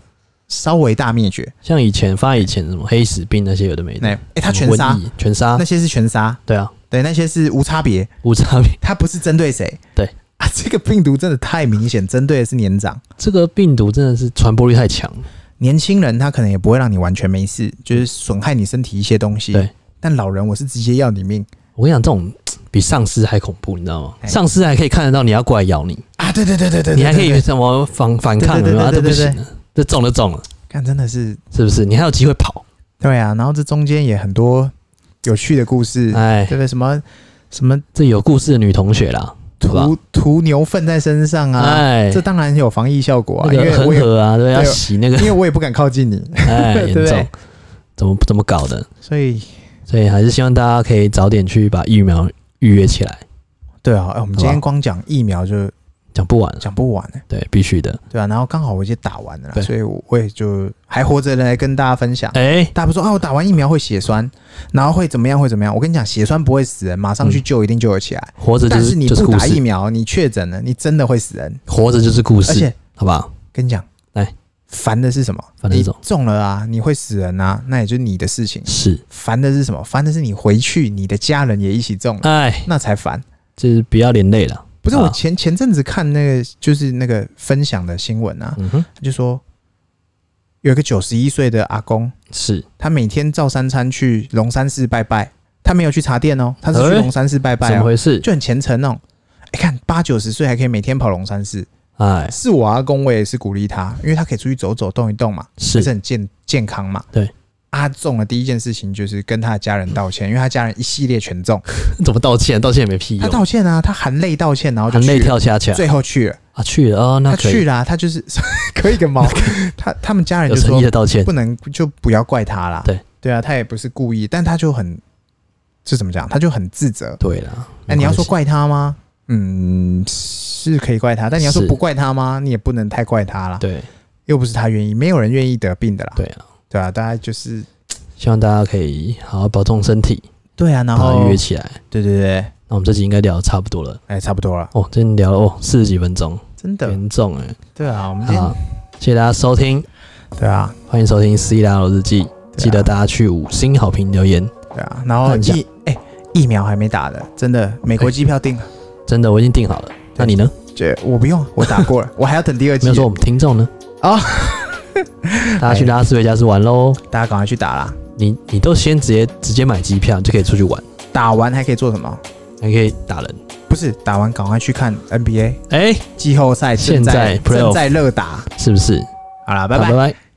Speaker 1: 稍微大灭绝。
Speaker 2: 像以前发以前什么黑死病那些有的没的，
Speaker 1: 那哎、诶他
Speaker 2: 什
Speaker 1: 全
Speaker 2: 么
Speaker 1: 杀
Speaker 2: 瘟，疫全杀
Speaker 1: 那，些是全杀，
Speaker 2: 对啊，
Speaker 1: 对，那些是无差别，
Speaker 2: 无差别。 [laughs]
Speaker 1: 他不是针对谁。
Speaker 2: 对
Speaker 1: [laughs] 啊，这个病毒真的太明显，针对的是年长。
Speaker 2: 这个病毒真的是传播力太强，
Speaker 1: 年轻人他可能也不会让你完全没事，就是损害你身体一些东西。
Speaker 2: 对，
Speaker 1: 但老人我是直接要你命
Speaker 2: 我跟你讲，这种比丧尸还恐怖，你知道吗？
Speaker 1: 哎
Speaker 2: 丧尸还可以看得到你要过来咬你，
Speaker 1: 啊！对对对对对，
Speaker 2: 你还可
Speaker 1: 对
Speaker 2: 以，什么反反抗，有没
Speaker 1: 对对
Speaker 2: 有？
Speaker 1: 对
Speaker 2: 啊，这不
Speaker 1: 对对
Speaker 2: 行
Speaker 1: 对
Speaker 2: 啊，这中了中了，
Speaker 1: 看真的是
Speaker 2: 是不是？你还有机会跑？
Speaker 1: 对啊。然后这中间也很多有趣的故事，
Speaker 2: 哎
Speaker 1: 对，不对？什么什么
Speaker 2: 这有故事的女同学啦，好
Speaker 1: 涂涂牛粪在身上啊，
Speaker 2: 哎
Speaker 1: 这，当然有防疫效果啊，
Speaker 2: 那
Speaker 1: 因
Speaker 2: 个
Speaker 1: 为我
Speaker 2: 恒
Speaker 1: 也
Speaker 2: 河啊，对，要
Speaker 1: 对
Speaker 2: 洗
Speaker 1: [laughs]
Speaker 2: 那个
Speaker 1: 因，为我也不敢靠近你，
Speaker 2: 哎，
Speaker 1: 对
Speaker 2: 严
Speaker 1: 不对
Speaker 2: 重，怎么怎么搞的？
Speaker 1: [laughs] 所以
Speaker 2: 所以还是希望大家可以早点去把疫苗预约起来，
Speaker 1: 对啊，哎我们今天光讲疫苗就
Speaker 2: 讲不完了，
Speaker 1: 讲不完了，
Speaker 2: 对，必须的。
Speaker 1: 对啊，然后刚好我已经打完了啦，
Speaker 2: 对
Speaker 1: 所以我我也就还活着来跟大家分享。
Speaker 2: 哎，
Speaker 1: 大家不说啊，我打完疫苗会血栓，然后会怎么样？会怎么样？我跟你讲，血栓不会死人，马上去救一定救得起来。
Speaker 2: 活着就
Speaker 1: 但是
Speaker 2: 是
Speaker 1: 你
Speaker 2: 就是
Speaker 1: 不
Speaker 2: 故
Speaker 1: 打疫
Speaker 2: 事，
Speaker 1: 苗，你确诊了，你真的会死人。
Speaker 2: 活着就是故
Speaker 1: 而
Speaker 2: 事，
Speaker 1: 且
Speaker 2: 好不好？
Speaker 1: 跟你讲，
Speaker 2: 来
Speaker 1: 哎烦的是什么？
Speaker 2: 烦的是什么
Speaker 1: 你中了啊，你会死人啊，那也就是你的事情。
Speaker 2: 是，
Speaker 1: 烦的是什么？烦的是你回去，你的家人也一起中了，
Speaker 2: 哎，
Speaker 1: 那才烦。
Speaker 2: 就是不要连累了。
Speaker 1: 不是
Speaker 2: 啊
Speaker 1: 我前前阵子看那个，就是那个分享的新闻啊，
Speaker 2: 嗯哼，
Speaker 1: 他就说有一个九十一岁的阿公，
Speaker 2: 是
Speaker 1: 他每天照三餐去龙山寺拜拜，他没有去茶店哦，他是去
Speaker 2: 哎
Speaker 1: 龙山寺拜
Speaker 2: 怎
Speaker 1: 拜
Speaker 2: 么
Speaker 1: 哦，
Speaker 2: 回事？
Speaker 1: 就很虔诚哦。哎、看八九十岁还可以每天跑龙山寺，
Speaker 2: 哎，
Speaker 1: 是我阿公，我也是鼓励他，因为他可以出去走走、动一动嘛，还是
Speaker 2: 是
Speaker 1: 很健健康嘛。
Speaker 2: 对，
Speaker 1: 阿中的第一件事情就是跟他的家人道歉，因为他家人一系列全中，
Speaker 2: [laughs] 怎么道歉？道歉也没屁
Speaker 1: 他
Speaker 2: 用，
Speaker 1: 道歉啊，他含泪道歉，然后就
Speaker 2: 含泪
Speaker 1: 去了
Speaker 2: 跳下去啊
Speaker 1: 最后去了，
Speaker 2: 啊，去了哦，那
Speaker 1: 他
Speaker 2: 可
Speaker 1: 去
Speaker 2: 以
Speaker 1: 了啊、他就是 [laughs] 可以个毛，他他们家人
Speaker 2: 有
Speaker 1: 就
Speaker 2: 诚
Speaker 1: 说
Speaker 2: 意的道歉
Speaker 1: 不，能就不要怪他啦。
Speaker 2: 对
Speaker 1: 对啊，他也不是故意，但他就很这怎么讲？他就很自责。
Speaker 2: 对了，
Speaker 1: 哎、你要说怪他吗？嗯，是可以怪他，但你要说
Speaker 2: 是
Speaker 1: 不怪他吗？你也不能太怪他啦，
Speaker 2: 对
Speaker 1: 又不是他愿意，没有人愿意得病的啦。
Speaker 2: 对啊，
Speaker 1: 对啊，大家就是
Speaker 2: 希望大家可以好好保重身体，
Speaker 1: 对啊，
Speaker 2: 把
Speaker 1: 然
Speaker 2: 它
Speaker 1: 后
Speaker 2: 预约起来。
Speaker 1: 对对对，哎、
Speaker 2: 那我们这集应该聊得差不多了
Speaker 1: 差不多了，
Speaker 2: 哦，今天聊了哦四十几分钟，
Speaker 1: 真的，
Speaker 2: 严重哎、
Speaker 1: 对啊，我们今
Speaker 2: 好
Speaker 1: 天，
Speaker 2: 谢谢大家收听，
Speaker 1: 对啊，
Speaker 2: 欢迎收听《C 大佬日记》，记得大家去五星好评留言。
Speaker 1: 对啊，然后
Speaker 2: 看一下哎
Speaker 1: 疫哎、疫苗还没打的，真的，美国机票定了，
Speaker 2: 真的，我已经订好了。那你呢？
Speaker 1: 这我不用，我打 [laughs] 过了，我还要等第二
Speaker 2: 没
Speaker 1: 季
Speaker 2: 有，说我们听众呢？
Speaker 1: 哦，
Speaker 2: [laughs] 大家去拉斯维加斯玩喽！
Speaker 1: 大家赶快去打啦，
Speaker 2: 你你都先直接直接买机票，你就可以出去玩，
Speaker 1: 打完还可以做什么？
Speaker 2: 还可以打人。
Speaker 1: 不是打完赶快去看 NBA
Speaker 2: 哎、
Speaker 1: 季后赛，现
Speaker 2: 现在
Speaker 1: 在
Speaker 2: playoff
Speaker 1: 正在热打。
Speaker 2: 是不是？
Speaker 1: 好了，
Speaker 2: 好
Speaker 1: 拜拜
Speaker 2: 拜。拜